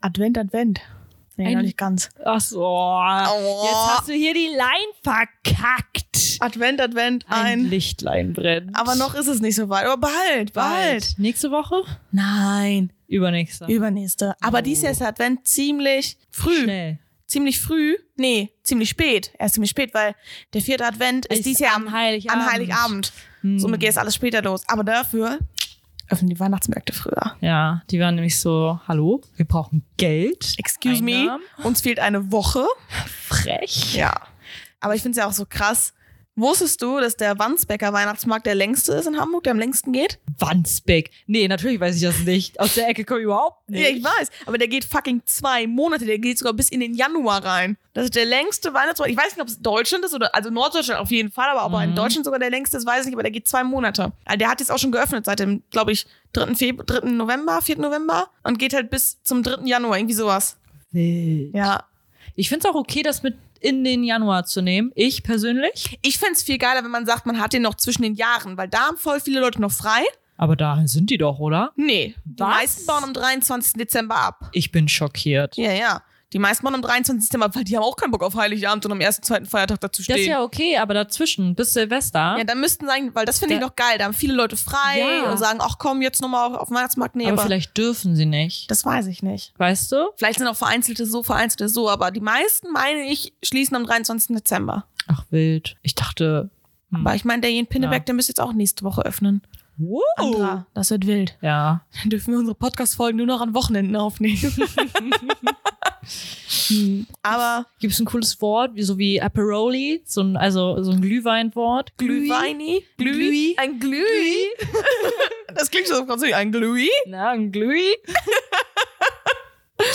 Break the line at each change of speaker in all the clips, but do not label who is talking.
Advent, Advent. Nee,
Ein-
noch nicht ganz.
Ach so. Jetzt hast du hier die Lein verkackt.
Advent, Advent,
Ein
ein.
Lichtlein brennt.
Aber noch ist es nicht so weit. Aber bald, bald.
bald. Nächste Woche?
Nein,
Übernächste.
übernächste. Aber dies Jahr ist der Advent ziemlich früh.
Oh. Schnell.
Ziemlich früh. Nee, ziemlich spät. Er ist ziemlich spät, weil der vierte Advent ist,
Ist
dies Jahr
am
am
Heiligabend.
Am Heiligabend.
Hm.
Somit geht es alles später los. Aber dafür öffnen die Weihnachtsmärkte früher.
Ja, die waren nämlich so, hallo, wir brauchen Geld.
Excuse
Einnahmen.
me, uns fehlt eine Woche.
Frech.
Ja. Aber ich finde es ja auch so krass. Wusstest du, dass der Wandsbecker Weihnachtsmarkt der längste ist in Hamburg, der am längsten geht?
Wandsbeck. Nee, natürlich weiß ich das nicht. Aus der Ecke komme ich überhaupt nicht.
Ja, ich weiß. Aber der geht fucking zwei Monate. Der geht sogar bis in den Januar rein. Das ist der längste Weihnachtsmarkt. Ich weiß nicht, ob es Deutschland ist oder, also Norddeutschland auf jeden Fall, aber ob er in
Mhm.
Deutschland sogar der längste ist, weiß ich nicht, aber der geht zwei Monate. Also der hat jetzt auch schon geöffnet seit dem, glaube ich, 3. Feb 3. November, 4. November und geht halt bis zum 3. Januar, irgendwie sowas.
Wild.
Ja.
Ich finde es auch okay, das mit in den Januar zu nehmen. Ich persönlich.
Ich fänd's viel geiler, wenn man sagt, man hat den noch zwischen den Jahren, weil da haben voll viele Leute noch frei.
Aber dahin sind die doch, oder?
Nee. Die
Was?
meisten bauen am 23. Dezember ab.
Ich bin schockiert.
Ja, ja. Die meisten bauen am 23. Dezember, ab, weil die haben auch keinen Bock auf Heiligabend und am ersten, zweiten Feiertag dazu stehen.
Das ist ja okay, aber dazwischen, bis Silvester.
Ja, dann müssten sagen, weil das finde ich
Da-
noch geil. Da haben viele Leute frei
Ja.
und sagen, ach komm, jetzt nochmal auf, auf den Weihnachtsmarkt. Nee,
aber,
aber,
vielleicht dürfen sie nicht.
das weiß ich nicht.
Weißt du?
Vielleicht sind auch vereinzelte so, vereinzelte so, aber die meisten, meine ich, schließen am 23. Dezember.
Ach, wild. Ich dachte. Hm.
Aber ich meine, der Jen Pinneberg,
Ja.
der müsste jetzt auch nächste Woche öffnen.
Wow.
Andra, das wird wild.
Ja.
Dann dürfen wir unsere Podcast-Folgen nur noch an Wochenenden aufnehmen. Hm. aber
Gibt es ein cooles Wort, wie, so wie Aperoli, so ein, also so ein Glühweinwort?
Glühweini,
Glüh-
Glüh- ein Glüh. Das klingt so französisch. Ein Glüh,
Na, ein Glüh?
ein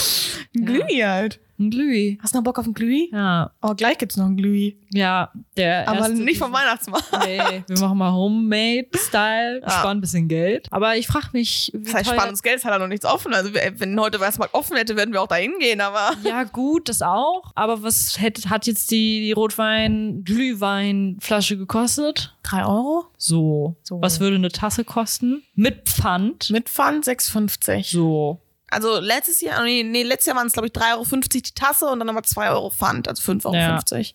Ja.
Glüh halt.
Ein Glüh.
Hast du noch Bock auf ein Glüh?
Ja,
Oh, gleich gibt's noch ein Glüh.
ja, der
Aber
erste
nicht vom Weihnachtsmarkt.
Nee, wir machen mal Homemade-Style,
Ja.
sparen ein bisschen Geld. Aber ich frage mich, wie
Das heißt,
teuer-
spannendes Geld ist halt noch nichts offen. Also, wir- wenn heute Weihnachtsmarkt offen hätte, würden wir auch da hingehen, aber.
Ja, gut, das auch. Aber was hätte, hat jetzt die, die Rotwein-Glühwein-Flasche gekostet?
Drei Euro?
So.
So.
Was würde eine Tasse kosten? Mit Pfand.
Mit Pfand 6,50.
so.
Also, letztes Jahr, nee, nee letztes Jahr waren es, glaube ich, 3,50 Euro die Tasse und dann nochmal 2 Euro Pfand, also 5,50 Euro.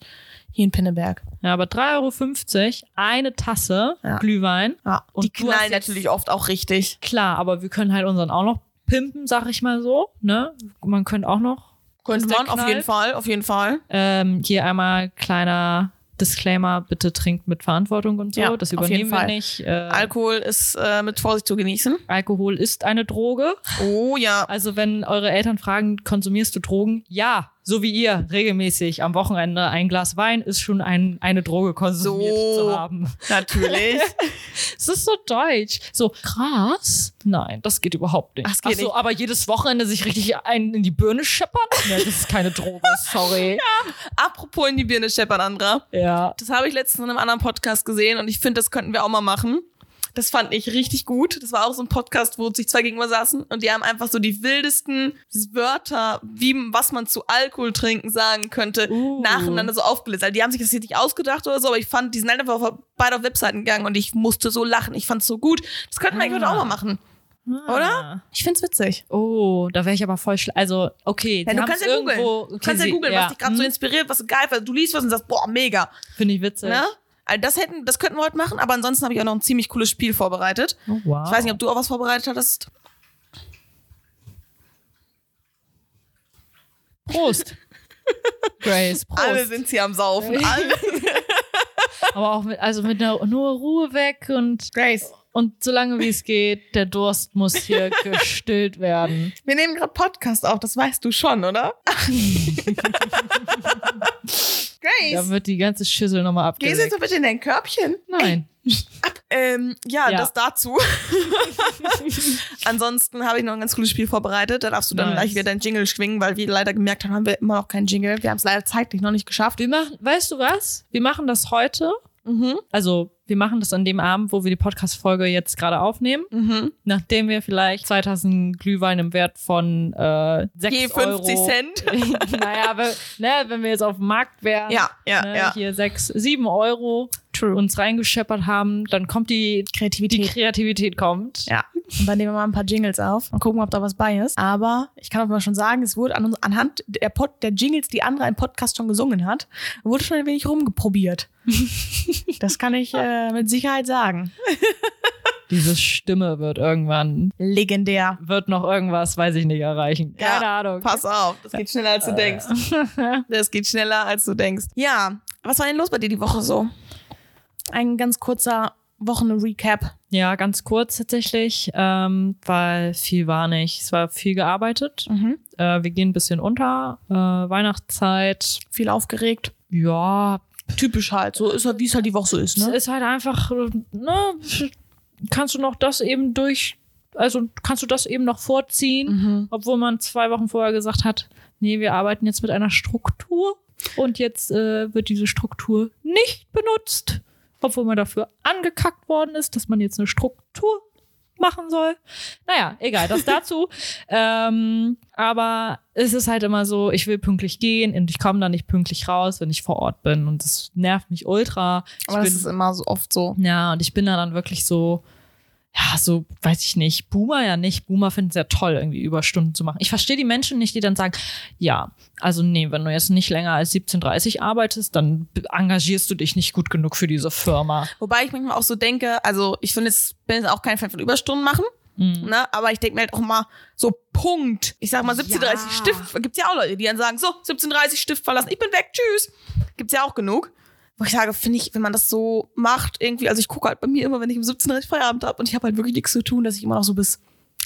Hier in Pinneberg.
Ja, aber 3,50 Euro, eine Tasse
Ja.
Glühwein.
Ja.
Ah, Und
die
du hast
knallen
jetzt-
natürlich oft auch richtig.
Klar, aber wir können halt unseren auch noch pimpen, sag ich mal so. Ne? Man könnte auch noch
Könnte
der
man, auf
knallt.
jeden Fall, auf jeden Fall.
Ähm, hier einmal kleiner Disclaimer, bitte trinkt mit Verantwortung und so.
Ja,
das
auf jeden
übernehmen wir
Fall.
nicht. Äh,
Alkohol ist äh, mit Vorsicht zu genießen.
Alkohol ist eine Droge.
Oh ja.
Also wenn eure Eltern fragen, konsumierst du Drogen? Ja, so wie ihr, regelmäßig am Wochenende ein Glas Wein ist schon ein, eine Droge konsumiert
So.
zu haben.
Natürlich.
Es ist so deutsch. So, krass. Nein, das geht überhaupt nicht.
Ach, es geht
Ach so,
nicht.
aber jedes Wochenende sich richtig einen in die Birne scheppern? Ne, das ist keine Droge, sorry.
Apropos in die Birne scheppern, Andra.
ja.
Das habe ich letztens in einem anderen Podcast gesehen und ich finde, das könnten wir auch mal machen. Das fand ich richtig gut. Das war auch so ein Podcast, wo sich zwei gegenüber saßen und die haben einfach so die wildesten Wörter, wie was man zu Alkohol trinken sagen könnte,
Uh.
nacheinander so aufgelistet. Also die haben sich das jetzt nicht ausgedacht oder so, aber ich fand, die sind halt einfach auf, beide auf Webseiten gegangen und ich musste so lachen. Ich fand es so gut. Das könnten wir eigentlich heute
Ah.
auch mal machen. Oder? Ich finde es witzig.
Oh, da wäre ich aber voll schlecht. Also, okay.
Ja,
sie
du
haben's
kannst ja googeln.
irgendwo, Mhm.
Du kannst ja
sie-
googeln, was dich gerade so inspiriert, was du geil findest. Du liest was und sagst, boah, mega.
Finde ich witzig.
Ne? Also das, hätten, das könnten wir heute machen, aber ansonsten habe ich auch noch ein ziemlich cooles Spiel vorbereitet.
Oh, wow.
Ich weiß nicht, ob du auch was vorbereitet hattest.
Prost. Grace, Prost.
Alle sind hier am Saufen.
Ey.
Alle.
aber auch mit, also mit einer, nur Ruhe weg und,
Grace.
und solange wie es geht, der Durst muss hier gestillt werden.
Wir nehmen gerade Podcast auf, das weißt du schon, oder?
Da
Grace,
wird die ganze Schüssel nochmal
gehst jetzt
abgedeckt.
so bitte in dein Körbchen?
Nein.
Ähm, ja,
Ja.
das dazu. Ansonsten habe ich noch ein ganz cooles Spiel vorbereitet. Da darfst du dann
Nice.
gleich wieder deinen Jingle schwingen, weil wir leider gemerkt haben, haben wir immer noch keinen Jingle. Wir haben es leider zeitlich noch nicht geschafft.
Wir machen, weißt du was? Wir machen das heute.
Mhm.
Also, wir machen das an dem Abend, wo wir die Podcast-Folge jetzt gerade aufnehmen.
Mhm.
Nachdem wir vielleicht 2000 Glühwein im Wert von äh, 6
Je 50
Euro,
Cent.
naja, wenn, ne, wenn wir jetzt auf dem Markt wären,
Ja, ja,
ne,
ja.
hier 6, 7 Euro
True.
uns reingescheppert haben, dann kommt die, die
Kreativität.
Kreativität kommt.
ja. Und dann nehmen wir mal ein paar Jingles auf und gucken, ob da was bei ist. Aber ich kann auch mal schon sagen, es wurde an uns, anhand der, Pod, der Jingles, die andere im Podcast schon gesungen hat, wurde schon ein wenig rumgeprobiert. das kann ich äh, mit Sicherheit sagen.
Diese Stimme wird irgendwann,
Legendär.
wird noch irgendwas, weiß ich nicht, erreichen.
Ja,
Keine Ahnung.
Pass auf, das geht schneller, als du denkst. Das geht schneller, als du denkst. Ja, was war denn los bei dir die Woche so? Ein ganz kurzer Wochenrecap.
Ja, ganz kurz tatsächlich, ähm, weil viel war nicht. Es war viel gearbeitet.
Mhm.
Äh, wir gehen ein bisschen unter. Äh, Weihnachtszeit.
Viel aufgeregt.
Ja,
Typisch halt, so ist halt, wie es halt die Woche so ist,
es ist halt einfach, äh, ne, kannst du noch das eben durch, also kannst du das eben noch vorziehen,
Mhm.
obwohl man zwei Wochen vorher gesagt hat, nee, wir arbeiten jetzt mit einer Struktur und jetzt äh, wird diese Struktur nicht benutzt, obwohl man dafür angekackt worden ist, dass man jetzt eine Struktur machen soll. Naja, egal, das dazu. ähm, aber es ist halt immer so, ich will pünktlich gehen und ich komme da nicht pünktlich raus, wenn ich vor Ort bin. Und das nervt mich ultra.
Aber das
ich bin,
ist immer so oft so.
ja, und ich bin da dann wirklich so, ja, so, weiß ich nicht, Boomer ja nicht. Boomer finden es ja toll, irgendwie Überstunden zu machen. Ich verstehe die Menschen nicht, die dann sagen, ja, also nee, wenn du jetzt nicht länger als 17.30 arbeitest, dann b- engagierst du dich nicht gut genug für diese Firma.
Wobei ich manchmal auch so denke, also ich finde es, bin jetzt auch kein Fan von Überstunden machen,
Mhm.
ne? aber ich denke mir halt auch mal so Punkt. Ich sag mal 17.30
Ja.
Stift, gibt's ja auch Leute, die dann sagen, so 17.30 Stift verlassen, ich bin weg, tschüss. Gibt's ja auch genug. Wo ich sage, finde ich, wenn man das so macht, irgendwie, also ich gucke halt bei mir immer, wenn ich um 17.30 Feierabend habe und ich habe halt wirklich nichts zu tun, dass ich immer noch so bis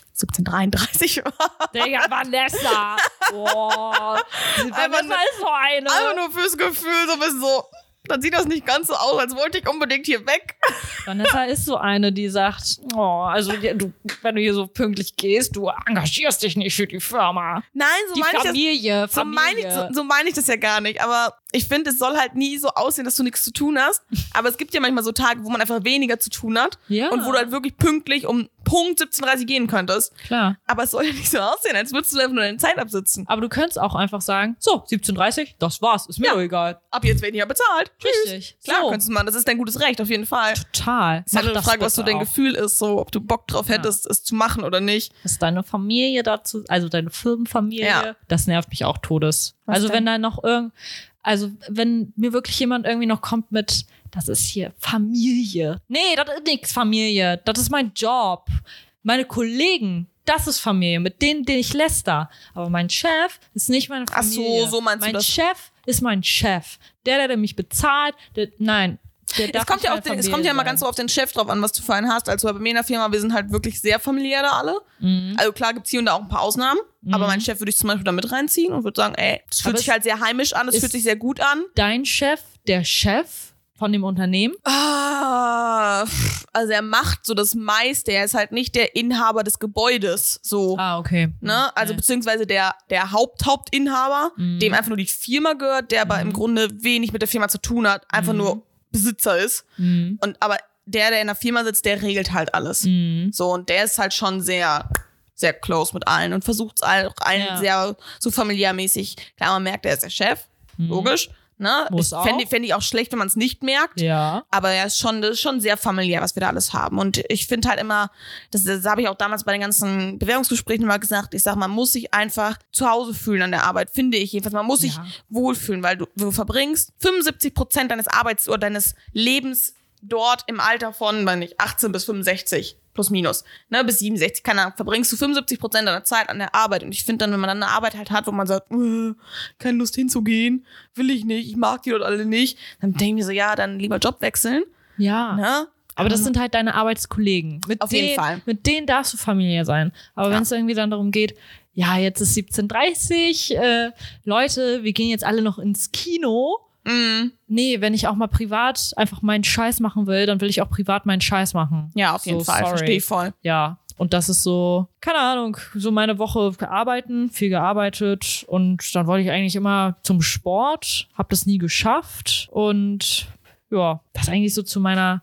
17.33 Uhr
Digga, Vanessa! Boah, die
Einfach
Vanessa
nur-
ist so eine.
Einfach nur fürs Gefühl, so bist so. Dann sieht das nicht ganz so aus, als wollte ich unbedingt hier weg.
Vanessa ist so eine, die sagt, oh, also ja, du, wenn du hier so pünktlich gehst, du engagierst dich nicht für die Firma.
Nein, so
Die
meine ich das.
Familie, Familie.
So meine ich, so, so mein ich das ja gar nicht. Aber ich finde, es soll halt nie so aussehen, dass du nichts zu tun hast. Aber es gibt ja manchmal so Tage, wo man einfach weniger zu tun hat.
ja,
Und wo du halt wirklich pünktlich um Punkt 17.30 gehen könntest.
klar.
Aber es soll ja nicht so aussehen, als würdest du einfach nur deine Zeit absitzen.
Aber du könntest auch einfach sagen, so, 17.30, das war's, ist mir
Ja.
doch egal.
Ab jetzt weniger bezahlt. Tschüss.
Richtig.
Klar,
so.
könntest du machen. Das ist dein gutes Recht, auf jeden Fall.
Total.
Es ist halt nur
Mach
eine
das
Frage, was so
bitte
dein
auch.
Gefühl ist, so, ob du Bock drauf
Ja.
hättest, es zu machen oder nicht.
Dass deine Familie dazu, also deine Firmenfamilie,
Ja.
das nervt mich auch todes.
Was
also
denn?
wenn da noch irgend, also wenn mir wirklich jemand irgendwie noch kommt mit, das ist hier Familie. Nee, das ist nix Familie, das ist mein Job. Meine Kollegen, das ist Familie, mit denen, den ich läster. Aber mein Chef ist nicht meine
Ach so,
Familie.
so meinst du
mein
das.
Chef ist mein Chef. Der, der, der mich bezahlt, der, nein. Der darf
Es kommt,
nicht
ja
meine
auf den, es
Familie
kommt ja immer
sein.
ganz so auf den Chef drauf an, was du für einen hast. Also bei mir in der Firma, wir sind halt wirklich sehr familiär da alle.
Mhm.
Also klar gibt's hier und da auch ein paar Ausnahmen. Aber meinen Chef würde ich zum Beispiel da mit reinziehen und würde sagen, ey, es fühlt
Aber
sich
es
halt sehr heimisch an, es
ist-
fühlt sich sehr gut an.
Dein Chef, der Chef von dem Unternehmen.
Ah, pff, also er macht so das meiste. Er ist halt nicht der Inhaber des Gebäudes. So.
Ah, okay.
Oh. Ne? Also beziehungsweise der, der Haupt Hauptinhaber,
Mhm.
dem einfach nur die Firma gehört, der aber im
Mhm.
Grunde wenig mit der Firma zu tun hat, einfach
Mhm.
nur Besitzer ist.
Mhm.
Und aber der, der in der Firma sitzt, der regelt halt alles.
Mhm.
So, und der ist halt schon sehr, sehr close mit allen und versucht es allen, allen
Ja.
sehr so familiärmäßig. Klar, man merkt, er ist der Chef,
Mhm.
logisch. Ne?
Muss
ich fände,
auch.
fände ich auch schlecht, wenn man es nicht merkt.
Ja.
Aber er ist schon, das ist schon sehr familiär, was wir da alles haben. Und ich finde halt immer, das, das habe ich auch damals bei den ganzen Bewerbungsgesprächen mal gesagt, ich sag, man muss sich einfach zu Hause fühlen an der Arbeit, finde ich jedenfalls. Man muss sich
Ja.
wohlfühlen, weil du, du verbringst 75 Prozent deines Arbeits- oder deines Lebens dort im Alter von, weiß nicht, 18 bis 65. Plus minus, ne, bis 67, keine Ahnung, verbringst du 75 Prozent deiner Zeit an der Arbeit. Und ich finde dann, wenn man dann eine Arbeit halt hat, wo man sagt, äh, keine Lust hinzugehen, will ich nicht, ich mag die dort alle nicht, dann denke ich mir so, ja, dann lieber Job wechseln,
Ja.
ne?
Aber das sind halt deine Arbeitskollegen. Mit
Auf
denen,
jeden Fall.
Mit denen darfst du familiär sein. Aber
Ja.
wenn es irgendwie dann darum geht, ja, jetzt ist 17.30 äh, Leute, wir gehen jetzt alle noch ins Kino.
Mm,
Nee, wenn ich auch mal privat einfach meinen Scheiß machen will, dann will ich auch privat meinen Scheiß machen.
ja, auf jeden
So,
Fall,
sorry.
verstehe ich voll.
ja, und das ist so, keine Ahnung, so meine Woche gearbeiten, viel gearbeitet und dann wollte ich eigentlich immer zum Sport, habe das nie geschafft und ja, das eigentlich so zu meiner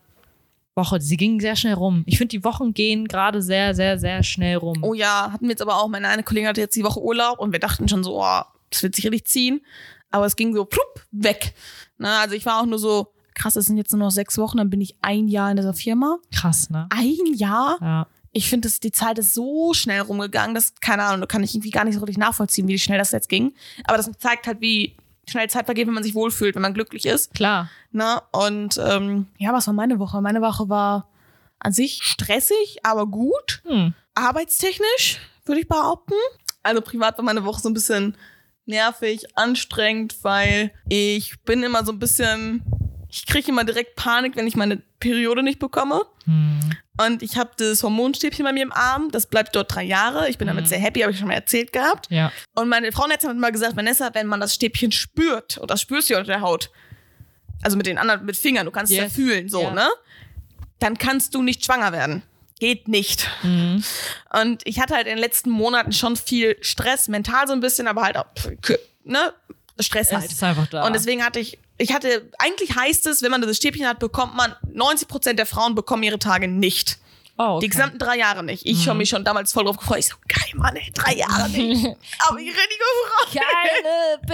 Woche. Sie ging sehr schnell rum. Ich finde, die Wochen gehen gerade sehr, sehr, sehr schnell rum.
Oh ja, hatten wir jetzt aber auch. Meine eine Kollegin hatte jetzt die Woche Urlaub und wir dachten schon so, oh, das wird sich richtig ziehen. Aber es ging so plupp weg. Ne? Also ich war auch nur so, krass, es sind jetzt nur noch sechs Wochen, dann bin ich ein Jahr in dieser Firma.
Krass, ne?
Ein Jahr?
Ja.
Ich finde, dass die Zeit ist so schnell rumgegangen, dass, keine Ahnung, da kann ich irgendwie gar nicht so richtig nachvollziehen, wie schnell das jetzt ging. Aber das zeigt halt, wie schnell Zeit vergeht, wenn man sich wohlfühlt, wenn man glücklich ist.
Klar.
Ne? Und ähm, ja, was war meine Woche? Meine Woche war an sich stressig, aber gut.
Hm.
Arbeitstechnisch, würde ich behaupten. Also privat war meine Woche so ein bisschen nervig, anstrengend, weil ich bin immer so ein bisschen, ich kriege immer direkt Panik, wenn ich meine Periode nicht bekomme.
Hm.
Und ich habe das Hormonstäbchen bei mir im Arm. Das bleibt dort drei Jahre. Ich bin damit
Mhm.
sehr happy, habe ich schon mal erzählt gehabt.
Ja.
Und meine Frauenärztin hat immer gesagt, Vanessa, wenn man das Stäbchen spürt, und das spürst du ja unter der Haut, also mit den anderen, mit Fingern, du kannst es ja
Yes.
fühlen, so,
Ja.
ne? Dann kannst du nicht schwanger werden. Geht nicht.
Hm.
Und ich hatte halt in den letzten Monaten schon viel Stress, mental so ein bisschen, aber halt auch, pf, ne? Stress halt.
Es ist einfach da.
Und deswegen hatte ich, ich hatte, eigentlich heißt es, wenn man dieses Stäbchen hat, bekommt man, 90 Prozent der Frauen bekommen ihre Tage nicht.
oh, okay. Mhm.
Die gesamten drei Jahre nicht. Ich habe mich schon damals voll drauf gefreut. Ich so, geil, Mann, ey, drei Jahre nicht. Aber ich richtige Frau.
Keine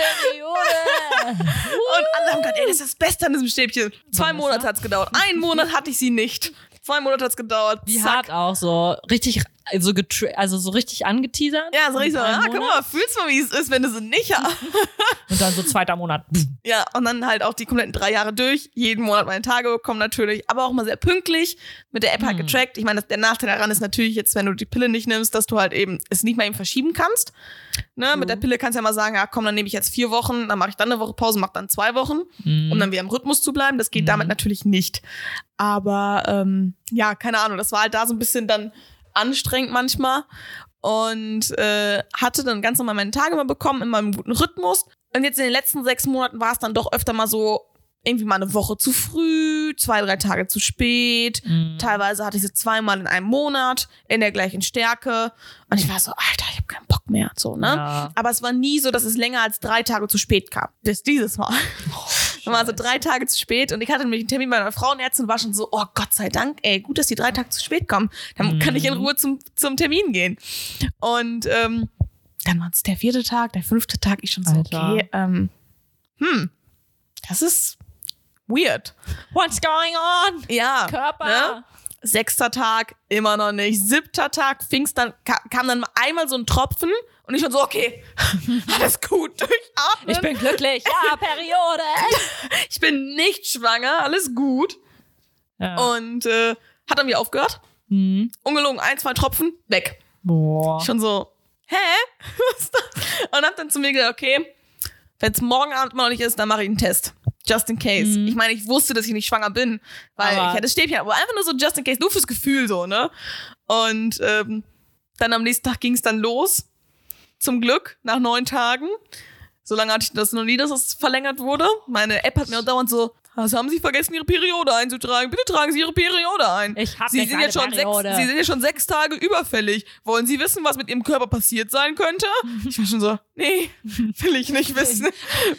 Periode.
Und alle haben gedacht, ey, das ist das Beste an diesem Stäbchen. Zwei
Vanessa?
Monate hat's gedauert. Einen Monat hatte ich sie nicht. Zwei Monate hat's gedauert.
Wie
Zack.
hart auch so richtig, also, getra- also so richtig angeteasert.
Ja, so richtig so,
Ein
ah, guck
Monat.
mal, fühlst mal, wie es ist, wenn du sie nicht hast.
Und dann so zweiter Monat. pff,
Ja, und dann halt auch die kompletten drei Jahre durch. Jeden Monat meine Tage bekommen natürlich, aber auch immer sehr pünktlich. Mit der App
Mhm.
halt getrackt. Ich meine, das- der Nachteil daran ist natürlich jetzt, wenn du die Pille nicht nimmst, dass du halt eben es nicht mal eben verschieben kannst. Ne?
Mhm.
Mit der Pille kannst du ja mal sagen, ja komm, dann nehme ich jetzt vier Wochen, dann mache ich dann eine Woche Pause, mache dann zwei Wochen,
Mhm.
um dann wieder im Rhythmus zu bleiben. Das geht damit natürlich nicht. Aber ähm, ja, keine Ahnung, das war halt da so ein bisschen dann anstrengend manchmal. Und äh, hatte dann ganz normal meine Tage mal bekommen, in meinem guten Rhythmus. Und jetzt in den letzten sechs Monaten war es dann doch öfter mal so, irgendwie mal eine Woche zu früh, zwei, drei Tage zu spät.
Mhm.
Teilweise hatte ich sie zweimal in einem Monat, in der gleichen Stärke. Und ich war so, Alter, ich habe keinen Bock mehr. So, ne?
Ja.
Aber es war nie so, dass es länger als drei Tage zu spät kam. Bis dieses Mal. Dann war also drei Tage zu spät und ich hatte nämlich einen Termin bei einer Frauenärztin und war schon so, oh Gott sei Dank, ey, gut, dass die drei Tage zu spät kommen. Dann kann ich in Ruhe zum, zum Termin gehen. Und ähm, dann war es der vierte Tag, der fünfte Tag. Ich schon so,
Alter.
okay, ähm, hm, das ist weird.
What's going on?
Ja.
Körper.
Ne? Sechster Tag, immer noch nicht. Siebter Tag, fing's dann, ka kam dann einmal so ein Tropfen und ich schon so, okay, alles gut, durchatmen.
Ich bin glücklich. Ja, Periode.
ich bin nicht schwanger, alles gut.
Ja.
Und äh, hat dann wieder aufgehört.
Mhm.
Ungelogen, ein, zwei Tropfen, weg.
Boah.
Schon so, hä? Was ist das? und hab dann zu mir gesagt, okay, wenn es morgen Abend mal noch nicht ist, dann mache ich einen Test. Just in case. Ich meine, ich wusste, dass ich nicht schwanger bin, weil
Mhm. Aber-
ich hätte Stäbchen, aber einfach nur so just in case, nur fürs Gefühl so, ne? Und ähm, dann am nächsten Tag ging es dann los. Zum Glück, nach neun Tagen. So lange hatte ich das noch nie, dass es verlängert wurde. Meine App hat mir dauernd so, was haben Sie vergessen, Ihre Periode einzutragen? Bitte tragen Sie Ihre Periode ein.
Ich hab
Sie
ja
sind
gerade
jetzt schon sechs,
Periode.
Sie sind ja schon sechs Tage überfällig. Wollen Sie wissen, was mit Ihrem Körper passiert sein könnte? Ich war schon so, nee, will ich nicht wissen.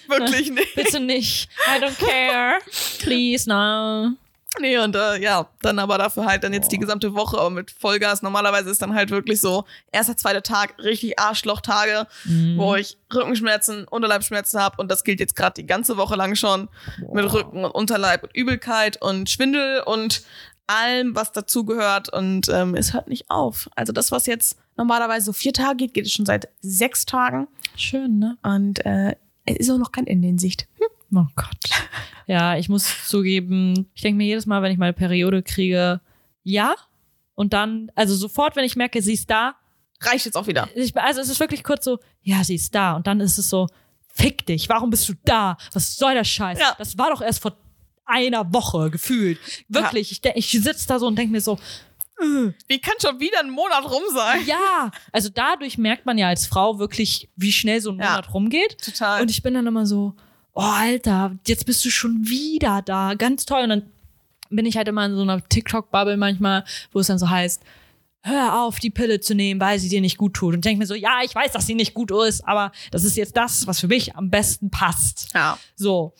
Wirklich nicht.
Bitte nicht. I don't care. Please, no.
Nee, und äh, ja, dann aber dafür halt dann jetzt die
Boah.
gesamte Woche aber mit Vollgas. Normalerweise ist dann halt wirklich so, erster, zweiter Tag, richtig Arschlochtage, wo ich Rückenschmerzen, Unterleibschmerzen habe. Und das gilt jetzt gerade die ganze Woche lang schon mit Rücken und Unterleib und Übelkeit und Schwindel und allem, was dazugehört. Und ähm, es hört nicht auf. Also das, was jetzt normalerweise so vier Tage geht, geht es schon seit sechs Tagen.
Schön, ne?
Und äh, es ist auch noch kein Ende in Sicht.
Oh Gott. Ja, ich muss zugeben, ich denke mir jedes Mal, wenn ich meine Periode kriege, ja. Und dann, also sofort, wenn ich merke, sie ist da,
Reicht jetzt auch wieder.
ich, also es ist wirklich kurz so, ja, sie ist da. Und dann ist es so, fick dich, warum bist du da? Was soll der Scheiß?
Ja.
Das war doch erst vor einer Woche gefühlt. Wirklich, ich, denk- ich sitze da so und denke mir so,
Wie kann schon wieder ein Monat rum sein?
ja. Also dadurch merkt man ja als Frau wirklich, wie schnell so ein
Ja.
Monat rumgeht.
Total.
Und ich bin dann immer so, oh Alter, jetzt bist du schon wieder da. Ganz toll. Und dann bin ich halt immer in so einer TikTok-Bubble manchmal, wo es dann so heißt, hör auf, die Pille zu nehmen, weil sie dir nicht gut tut. Und denke mir so, ja, ich weiß, dass sie nicht gut ist, aber das ist jetzt das, was für mich am besten passt.
ja.
So.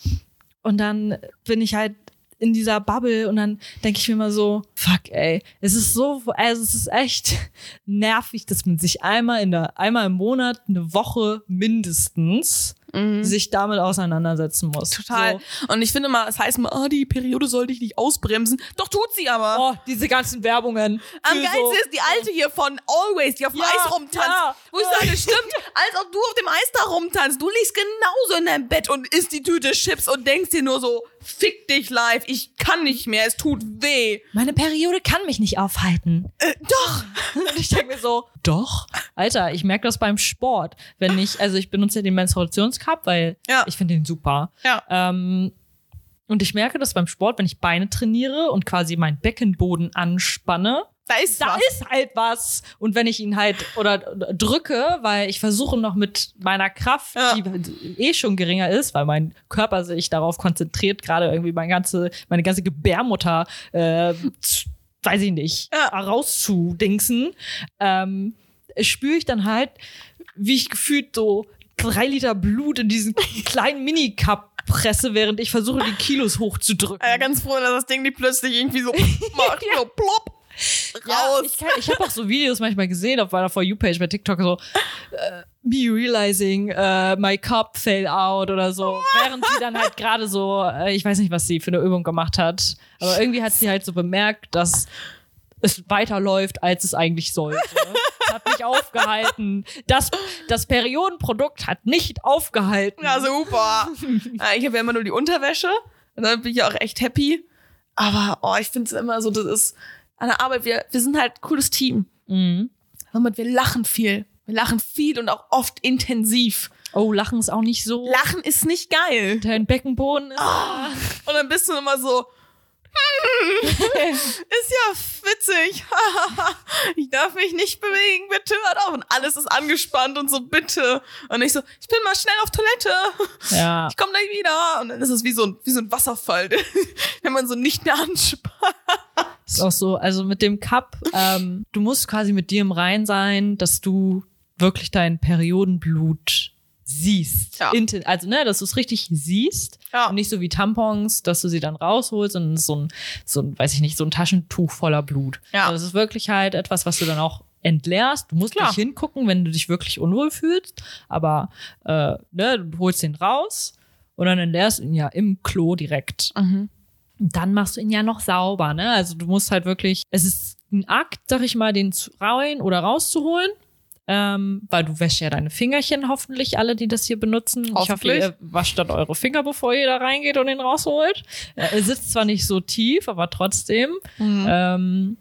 Und dann bin ich halt in dieser Bubble und dann denke ich mir mal so, fuck, ey, es ist so, also es ist echt nervig, dass man sich einmal in der, einmal im Monat, eine Woche mindestens
Mhm.
sich damit auseinandersetzen muss.
Total.
So.
Und ich finde mal, es heißt immer, oh, die Periode soll dich nicht ausbremsen. Doch tut sie aber.
Oh, diese ganzen Werbungen.
Am
für
geilsten
so-
ist die alte hier von Always, die auf dem
Ja,
Eis rumtanzt.
ja.
Wo ich sage, stimmt, als ob du auf dem Eis da rumtanzt. Du liegst genauso in deinem Bett und isst die Tüte Chips und denkst dir nur so, fick dich live, ich kann nicht mehr, es tut weh.
Meine Periode kann mich nicht aufhalten.
Äh, doch.
Und ich denke mir so, doch. Alter, ich merke das beim Sport. Wenn ich, also ich benutze ja den Menstruationscup, weil
Ja.
ich finde den super.
Ja.
Ähm, und ich merke das beim Sport, wenn ich Beine trainiere und quasi meinen Beckenboden anspanne,
Da ist
da
was.
ist halt was. Und wenn ich ihn halt oder drücke, weil ich versuche noch mit meiner Kraft,
Ja.
die eh schon geringer ist, weil mein Körper sich darauf konzentriert, gerade irgendwie meine ganze, meine ganze Gebärmutter, äh, z- weiß ich nicht,
Ja.
rauszudingsen, ähm, spüre ich dann halt, wie ich gefühlt so drei Liter Blut in diesen kleinen Mini-Cup presse, während ich versuche, die Kilos hochzudrücken.
Ja, ganz froh, dass das Ding nicht plötzlich irgendwie so macht, so plopp,
Ja,
raus.
ich kann- ich habe auch so Videos manchmal gesehen auf meiner For You-Page bei TikTok, so äh, me realizing äh, my cup fell out oder so. Während sie dann halt gerade so, äh, ich weiß nicht, was sie für eine Übung gemacht hat, aber irgendwie hat sie halt so bemerkt, dass es weiterläuft, als es eigentlich sollte. Es hat nicht aufgehalten. Das, das Periodenprodukt hat nicht aufgehalten.
Ja, super. Äh, ich habe ja immer nur die Unterwäsche. Und dann bin ich ja auch echt happy. Aber oh, ich finde es immer so, das ist an der Arbeit, wir, wir sind halt ein cooles Team.
Mhm.
Somit wir lachen viel. Wir lachen viel und auch oft intensiv.
Oh, Lachen ist auch nicht so.
Lachen ist nicht geil.
Dein Beckenboden ist.
Ah. Und dann bist du immer so, hm, ist ja witzig. ich darf mich nicht bewegen, bitte hört auf. Und alles ist angespannt und so, bitte. Und ich so, ich bin mal schnell auf Toilette.
Ja.
ich komme gleich wieder. Und dann ist es wie so ein, wie so ein Wasserfall, wenn man so nicht mehr anspannt.
Ist auch so, also mit dem Cup, ähm, du musst quasi mit dir im Rein sein, dass du wirklich dein Periodenblut siehst.
Ja.
Inten- Also, ne, dass du es richtig siehst.
Ja.
Und nicht so wie Tampons, dass du sie dann rausholst sondern es ist so ein, so ein, weiß ich nicht, so ein Taschentuch voller Blut.
Ja.
Also, es ist wirklich halt etwas, was du dann auch entleerst. Du musst
Klar.
nicht hingucken, wenn du dich wirklich unwohl fühlst. Aber, äh, ne, du holst den raus und dann entleerst ihn ja im Klo direkt. Und dann machst du ihn ja noch sauber, ne? Also du musst halt wirklich, es ist ein Akt, sag ich mal, den zu rein oder rauszuholen. Ähm, weil du wäschst ja deine Fingerchen hoffentlich, alle, die das hier benutzen. Ich hoffe,
Hoffentlich.
ihr wascht dann eure Finger, bevor ihr da reingeht und ihn rausholt. Äh, er sitzt zwar nicht so tief, aber trotzdem.
Mhm.
Ähm,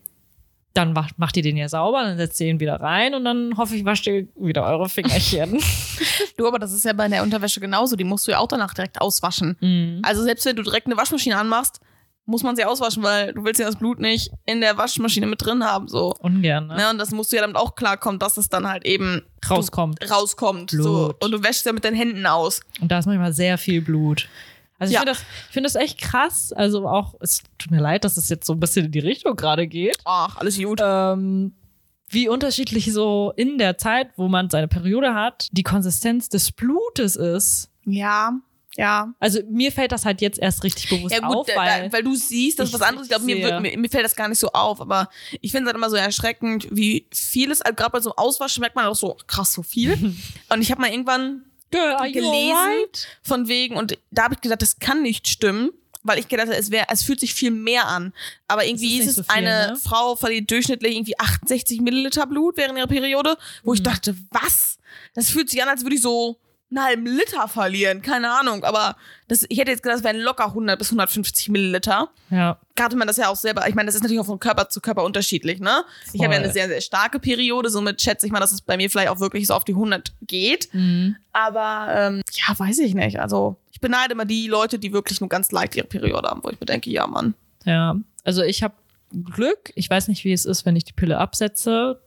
dann macht, macht ihr den ja sauber, dann setzt ihr ihn wieder rein und dann hoffe ich, wascht ihr wieder eure Fingerchen.
Du, aber das ist ja bei der Unterwäsche genauso. Die musst du ja auch danach direkt auswaschen.
mhm.
Also selbst wenn du direkt eine Waschmaschine anmachst, muss man sie auswaschen, weil du willst ja das Blut nicht in der Waschmaschine mit drin haben. So.
Ungern, ne?
Ne? Und das musst du ja damit auch klarkommen, dass es dann halt eben
Rauskommt.
rauskommt. So.
Blut.
Und du wäschst ja mit deinen Händen aus.
Und da ist manchmal sehr viel Blut. Also ich
Ja.
finde das, ich finde das echt krass. Also auch, es tut mir leid, dass es jetzt so ein bisschen in die Richtung gerade geht.
Ach, alles gut.
Ähm, wie unterschiedlich so in der Zeit, wo man seine Periode hat, die Konsistenz des Blutes ist.
Ja, ja.
Also mir fällt das halt jetzt erst richtig bewusst
Ja gut,
auf,
da-
weil,
da, weil du siehst, das ist
ich-
was anderes. Ich glaube, mir,
ich
wird-
sehe-
mir, mir fällt das gar nicht so auf, aber ich finde es halt immer so erschreckend, wie viel es, also gerade bei so einem Auswaschen merkt man auch so, krass, so viel. und ich habe mal irgendwann
Girl, are you
gelesen
alright?
von wegen, und da habe ich gedacht, das kann nicht stimmen, weil ich gedacht habe, es, wär, es fühlt sich viel mehr an. Aber irgendwie
Es
ist,
ist
es
nicht so viel,
eine
ne?
Frau verliert durchschnittlich irgendwie 68 Milliliter Blut während ihrer Periode, wo
Hm.
ich dachte, was? Das fühlt sich an, als würde ich so einen halben Liter verlieren, keine Ahnung. Aber das, ich hätte jetzt gedacht, es wären locker 100 bis 150 Milliliter
Ja,
gerade man das ja auch selber, ich meine, das ist natürlich auch von Körper zu Körper unterschiedlich, ne? Ich habe ja
Voll.
eine sehr, sehr starke Periode, somit schätze ich mal, dass es bei mir vielleicht auch wirklich so auf die 100 geht.
mhm.
Aber ähm, ja, weiß ich nicht. Also ich beneide mal die Leute, die wirklich nur ganz leicht ihre Periode haben, wo ich mir denke, ja, Mann.
ja. Also ich habe Glück. Ich weiß nicht, wie es ist, wenn ich die Pille absetze.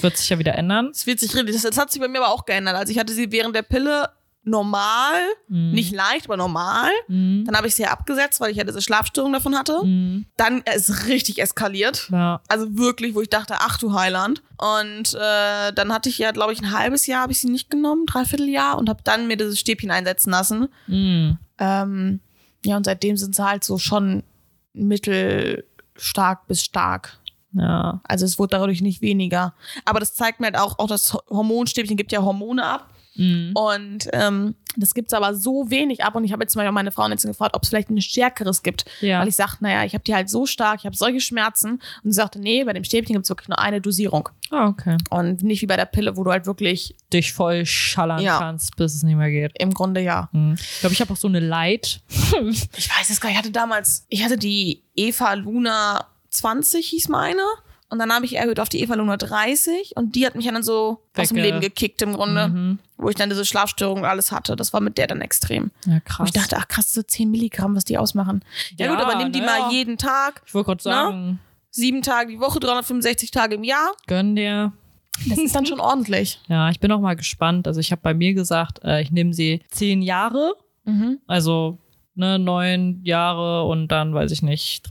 Wird sich ja wieder ändern.
Das wird sich richtig, das, das hat sich bei mir aber auch geändert. Also ich hatte sie während der Pille normal,
Mhm.
nicht leicht, aber normal.
Mhm.
Dann habe ich sie ja abgesetzt, weil ich ja diese Schlafstörung davon hatte.
Mhm.
Dann ist es richtig eskaliert.
Ja.
Also wirklich, wo ich dachte, ach du Heiland. Und äh, dann hatte ich ja, glaube ich, ein halbes Jahr habe ich sie nicht genommen, dreiviertel Jahr und habe dann mir dieses Stäbchen einsetzen lassen.
Mhm.
Ähm, ja, und seitdem sind sie halt so schon mittelstark bis stark.
Ja.
Also es wurde dadurch nicht weniger. Aber das zeigt mir halt auch, auch das Hormonstäbchen gibt ja Hormone ab.
Mhm.
Und ähm, das gibt's aber so wenig ab. Und ich habe jetzt zum Beispiel auch meine Frauenärztin gefragt, ob es vielleicht ein stärkeres gibt.
Ja.
Weil ich sagte, naja, ich habe die halt so stark, ich habe solche Schmerzen. Und sie sagte, nee, bei dem Stäbchen gibt's wirklich nur eine Dosierung.
Ah, okay.
Und nicht wie bei der Pille, wo du halt wirklich
Dich voll schallern
Ja.
kannst, bis es nicht mehr geht.
im Grunde ja.
Mhm. Ich glaube, ich habe auch so eine Light.
Ich weiß es gar nicht, ich hatte damals, ich hatte die Eva Luna 20, hieß meine. Und dann habe ich erhöht auf die Eva Luna 30 und die hat mich dann so aus dem
Wecke.
Leben gekickt im Grunde,
Mhm.
wo ich dann diese Schlafstörung und alles hatte. Das war mit der dann extrem.
Ja,
Und
krass.
ich dachte, ach krass, so 10 Milligramm, was die ausmachen. Ja, ne? gut, aber nimm die
na ja.
mal jeden Tag,
Ich wollte gerade
Na?
sagen,
sieben Tage die Woche, 365 Tage im Jahr.
gönn dir.
Das ist dann schon ordentlich.
Ja, ich bin auch mal gespannt. Also ich habe bei mir gesagt, äh, ich nehme sie zehn Jahre,
Mhm.
also ne, neun Jahre und dann, weiß ich nicht,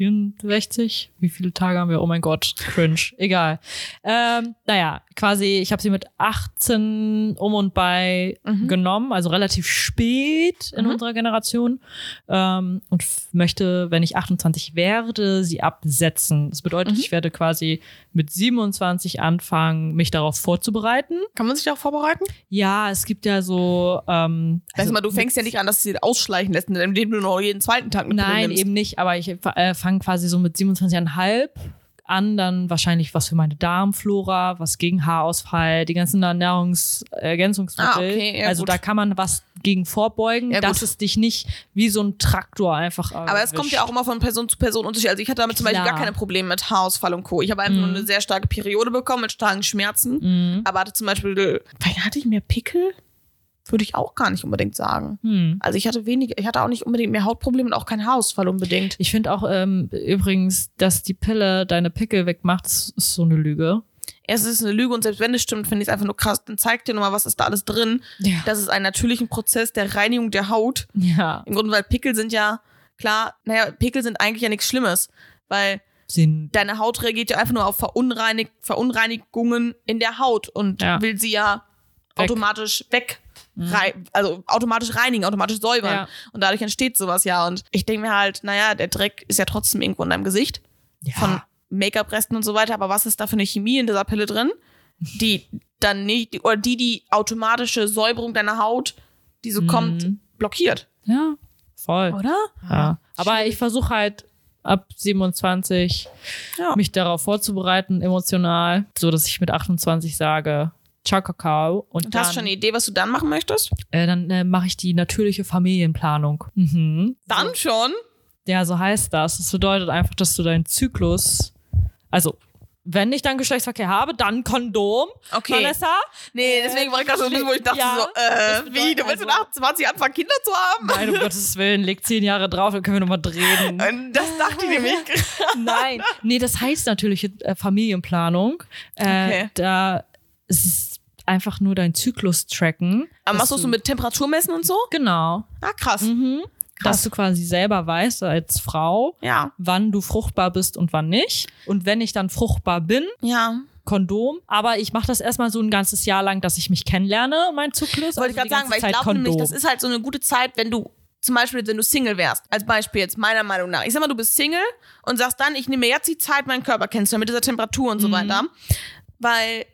364. Wie viele Tage haben wir? Oh mein Gott, cringe. Egal. Ähm, naja, quasi, ich habe sie mit 18 um und bei
Mhm.
genommen, also relativ spät in
Mhm.
unserer Generation. Ähm, und f- möchte, wenn ich 28 werde, sie absetzen. Das bedeutet,
Mhm.
ich werde quasi mit 27 anfangen, mich darauf vorzubereiten.
Kann man sich darauf vorbereiten?
Ja, es gibt ja so. Ähm,
Also, mal, du fängst ja nicht an, dass sie ausschleichen lässt, indem du nur jeden zweiten Tag eine Pille
Nein,
nimmst.
eben nicht, aber ich äh, fange quasi so mit 27,5 an, dann wahrscheinlich was für meine Darmflora, was gegen Haarausfall, die ganzen Nahrungsergänzungsmittel.
Ah, okay, ja,
also
gut.
da kann man was gegen vorbeugen,
Ja,
dass
gut.
es dich nicht wie so ein Traktor einfach
Aber es kommt ja auch immer von Person zu Person unterschiedlich. Also ich hatte damit zum Beispiel
Klar.
gar keine Probleme mit Haarausfall und Co. Ich habe einfach nur
Mhm.
eine sehr starke Periode bekommen mit starken Schmerzen.
Mhm.
Aber hatte zum Beispiel, vielleicht hatte ich mehr Pickel? Würde ich auch gar nicht unbedingt sagen.
Hm.
Also ich hatte weniger, ich hatte auch nicht unbedingt mehr Hautprobleme und auch keinen Haarausfall unbedingt.
Ich finde auch ähm, übrigens, dass die Pille deine Pickel wegmacht, ist ist so eine Lüge.
Es ist eine Lüge und selbst wenn es stimmt, finde ich es einfach nur krass. Dann zeigt dir nochmal, was ist da alles drin.
Ja.
Das ist ein natürlichen Prozess der Reinigung der Haut.
ja.
Im Grunde, weil Pickel sind ja, klar, naja, Pickel sind eigentlich ja nichts Schlimmes. Weil
Sind,
deine Haut reagiert ja einfach nur auf Verunreinig Verunreinigungen in der Haut und
Ja.
will sie ja
Weg. Mhm.
automatisch weg. rei- Also automatisch reinigen, automatisch säubern.
Ja.
Und dadurch entsteht sowas ja. Und ich denke mir halt, naja, der Dreck ist ja trotzdem irgendwo in deinem Gesicht.
ja.
Von Make-up-Resten und so weiter. Aber was ist da für eine Chemie in dieser Pille drin? Die dann nicht, oder die die automatische Säuberung deiner Haut, die so
Mhm.
kommt, blockiert.
ja. Voll.
Oder?
Ja. Aber ich versuche halt ab 27
Ja.
mich darauf vorzubereiten, emotional, so dass ich mit 28 sage, ciao Kakao. Und,
Und
dann,
hast du schon eine Idee, was du dann machen möchtest?
äh, dann äh, mache ich die natürliche Familienplanung. Mhm.
Dann schon?
Ja, so heißt das. Das bedeutet einfach, dass du deinen Zyklus, also wenn ich dann Geschlechtsverkehr habe, dann Kondom,
Okay.
Vanessa.
Nee, deswegen war ich gerade so ein bisschen, wo ich dachte
Äh, Ja,
so,
das
äh,
bedeutet
wie, du willst mit
also-
28 anfangen, Kinder zu haben?
Nein, um Gottes Willen, leg zehn Jahre drauf, dann können wir nochmal drehen.
Und das dachte ich nämlich.
Nein. Nee, das heißt natürlich äh, Familienplanung. Äh,
Okay.
Da ist es einfach nur dein Zyklus tracken.
Aber
dass
machst du es so mit Temperatur messen und so?
Genau.
Ah, krass.
Mhm.
Krass.
Dass du quasi selber weißt als Frau,
Ja.
wann du fruchtbar bist und wann nicht. Und wenn ich dann fruchtbar bin,
Ja.
Kondom. Aber ich mache das erstmal so ein ganzes Jahr lang, dass ich mich kennenlerne, mein Zyklus.
Das wollte ich gerade
also die
sagen, weil
ganze
ich
Zeit
glaube nämlich,
Kondom.
das ist halt so eine gute Zeit, wenn du zum Beispiel, wenn du Single wärst, als Beispiel jetzt meiner Meinung nach. Ich sag mal, du bist Single und sagst dann, ich nehme mir jetzt die Zeit, meinen Körper kennenzulernen mit dieser Temperatur und so
Mhm.
weiter. Weil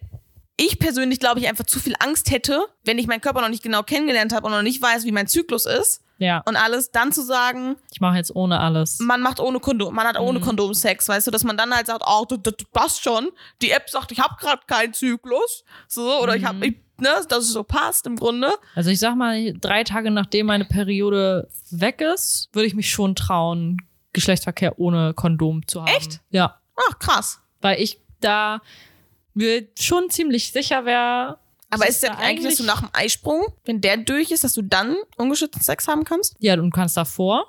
ich persönlich, glaube ich, einfach zu viel Angst hätte, wenn ich meinen Körper noch nicht genau kennengelernt habe und noch nicht weiß, wie mein Zyklus ist
ja,
und alles, dann zu sagen,
ich mache jetzt ohne alles.
man macht ohne Kondom, man hat
Mhm.
ohne Kondom Sex, weißt du, dass man dann halt sagt, oh, das, das passt schon. Die App sagt, ich habe gerade keinen Zyklus, so oder ich
Mhm.
habe, ich, ne, dass es so passt im Grunde.
Also ich sag mal, drei Tage nachdem meine Periode weg ist, würde ich mich schon trauen, Geschlechtsverkehr ohne Kondom zu haben.
Echt?
Ja,
Ach krass.
weil ich da mir schon ziemlich sicher wäre.
Aber ist
es
es denn
da
eigentlich, dass du nach dem Eisprung, wenn der durch ist, dass du dann ungeschützten Sex haben kannst?
Ja, du kannst davor,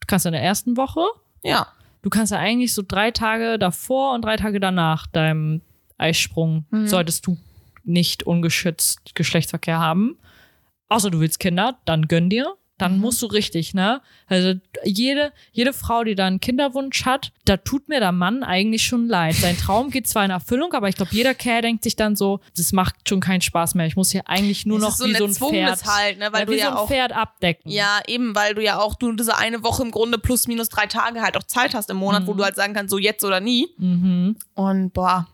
du kannst in der ersten Woche,
Ja.
du kannst ja eigentlich so drei Tage davor und drei Tage danach deinem Eisprung
Mhm.
solltest du nicht ungeschützt Geschlechtsverkehr haben. Außer du willst Kinder, dann gönn dir. Dann
Mhm.
musst du richtig, ne? Also jede, jede Frau, die da einen Kinderwunsch hat, da tut mir der Mann eigentlich schon leid. Sein Traum geht zwar in Erfüllung, aber ich glaube, jeder Kerl denkt sich dann so, das macht schon keinen Spaß mehr. Ich muss hier eigentlich nur
Es
noch
ist so
wie
ein
so ein
erzwungenes
Pferd.
halt, ne, weil
ja,
du
wie
ja
so ein
auch
Pferd abdecken.
Mhm. ja, eben, weil du ja auch du diese eine Woche im Grunde plus minus drei Tage halt auch Zeit hast im Monat,
Mhm.
wo du halt sagen kannst, so jetzt oder nie.
Mhm.
Und boah,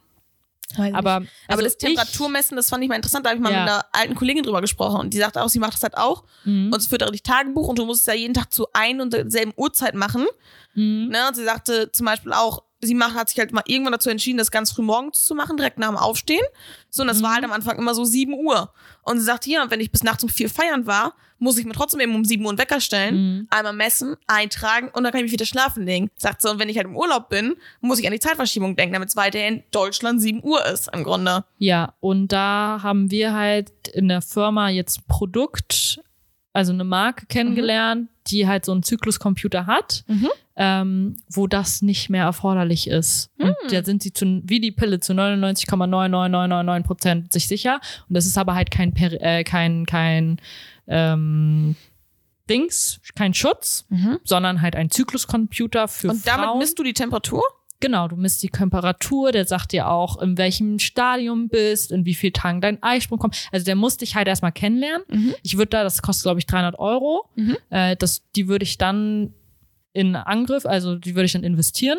Weiß nicht.
Aber,
aber
also
das Temperaturmessen, das fand ich mal interessant. Da habe ich mal
Ja.
mit einer alten Kollegin drüber gesprochen und die sagte auch, sie macht das halt auch.
Ich, mhm.
Und sie führt auch die Tagebuch und du musst es ja jeden Tag zu ein und derselben Uhrzeit machen.
mhm.
Ne? Und sie sagte zum Beispiel auch, sie macht, hat sich halt mal irgendwann dazu entschieden, das ganz früh morgens zu machen, direkt nach dem Aufstehen. So, und das
Mhm.
war halt am Anfang immer so 7 Uhr. Und sie sagte, ja, wenn ich bis nachts um 4 feiern war, muss ich mir trotzdem eben um 7 Uhr einen Wecker stellen.
Mhm.
Einmal messen, eintragen und dann kann ich mich wieder schlafen legen. Sagt sie, und wenn ich halt im Urlaub bin, muss ich an die Zeitverschiebung denken, damit es weiterhin Deutschland 7 Uhr ist im Grunde.
Ja, und da haben wir halt in der Firma jetzt ein Produkt, also eine Marke kennengelernt, die halt so einen Zykluscomputer hat,
Mhm.
ähm, wo das nicht mehr erforderlich ist.
Hm.
Und da sind sie zu, wie die Pille zu 99,99999 Prozent sich sicher. Und das ist aber halt kein, Per- äh, kein, kein ähm, Dings, kein Schutz, sondern halt ein Zykluscomputer für
Und damit
Frauen.
misst du die Temperatur?
Genau, du misst die Temperatur, der sagt dir auch, in welchem Stadium bist, in wie vielen Tagen dein Eisprung kommt. Also der muss dich halt erstmal kennenlernen. Ich würde da, das kostet glaube ich 300 Euro,
Mhm.
äh, das, die würde ich dann in Angriff, also die würde ich dann investieren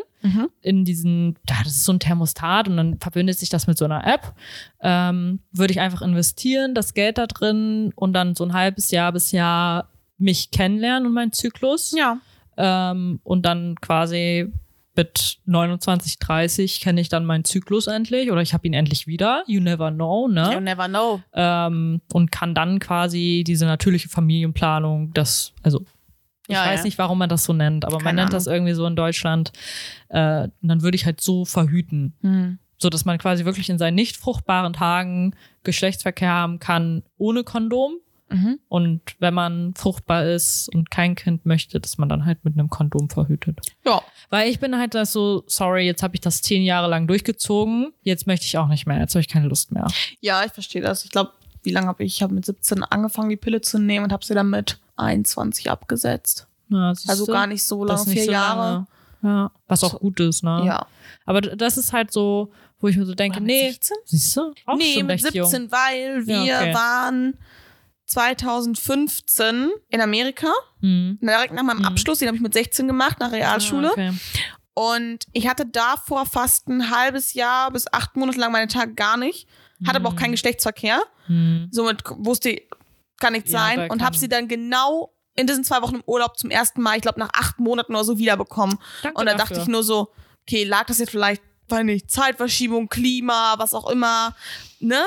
in diesen, ja, das ist so ein Thermostat und dann verbindet sich das mit so einer App, ähm, würde ich einfach investieren, das Geld da drin und dann so ein halbes Jahr bis Jahr mich kennenlernen und meinen Zyklus.
Ja.
Ähm, und dann quasi mit 29, 30 kenne ich dann meinen Zyklus endlich oder ich habe ihn endlich wieder. You never know,
You
ne?
never know.
Ähm, und kann dann quasi diese natürliche Familienplanung, das, also ich
Ja,
weiß
ja.
nicht, warum man das so nennt, aber man
Keine
nennt das irgendwie so in Deutschland. Äh, und dann würde ich halt so verhüten, so dass man quasi wirklich in seinen nicht fruchtbaren Tagen Geschlechtsverkehr haben kann ohne Kondom. Mhm. Und wenn man fruchtbar ist und kein Kind möchte, dass man dann halt mit einem Kondom verhütet.
Ja.
Weil ich bin halt das so, sorry, jetzt habe ich das zehn Jahre lang durchgezogen, jetzt möchte ich auch nicht mehr, jetzt habe ich keine Lust mehr.
ja, ich verstehe das. Ich glaube, wie lange habe ich? Ich habe mit 17 angefangen, die Pille zu nehmen und habe sie dann mit 21 abgesetzt.
Na, siehst
Also
du?
gar nicht so
Das
lange,
ist nicht
vier
so
Jahre.
Lange. Ja, was auch gut ist, ne?
Ja.
Aber d- das ist halt so, wo ich mir so denke,
Oder mit
nee,
16?
siehst du, auch
nee,
schon
mit
recht
17,
jung.
weil wir
Ja, okay.
waren 2015 in Amerika,
Mhm.
direkt nach meinem
Mhm.
Abschluss, den habe ich mit 16 gemacht, nach Realschule.
Ah, okay.
Und ich hatte davor fast ein halbes Jahr bis acht Monate lang meine Tage gar nicht, hatte aber auch
Mhm.
keinen Geschlechtsverkehr.
Mhm.
Somit k- wusste ich, kann nichts
Ja,
sein
da
und
kann-
habe sie dann genau in diesen zwei Wochen im Urlaub zum ersten Mal, ich glaube nach acht Monaten oder so wiederbekommen.
Danke
Und dann
dafür.
dachte ich nur so, okay, lag das jetzt vielleicht bei nicht Zeitverschiebung, Klima, was auch immer, ne?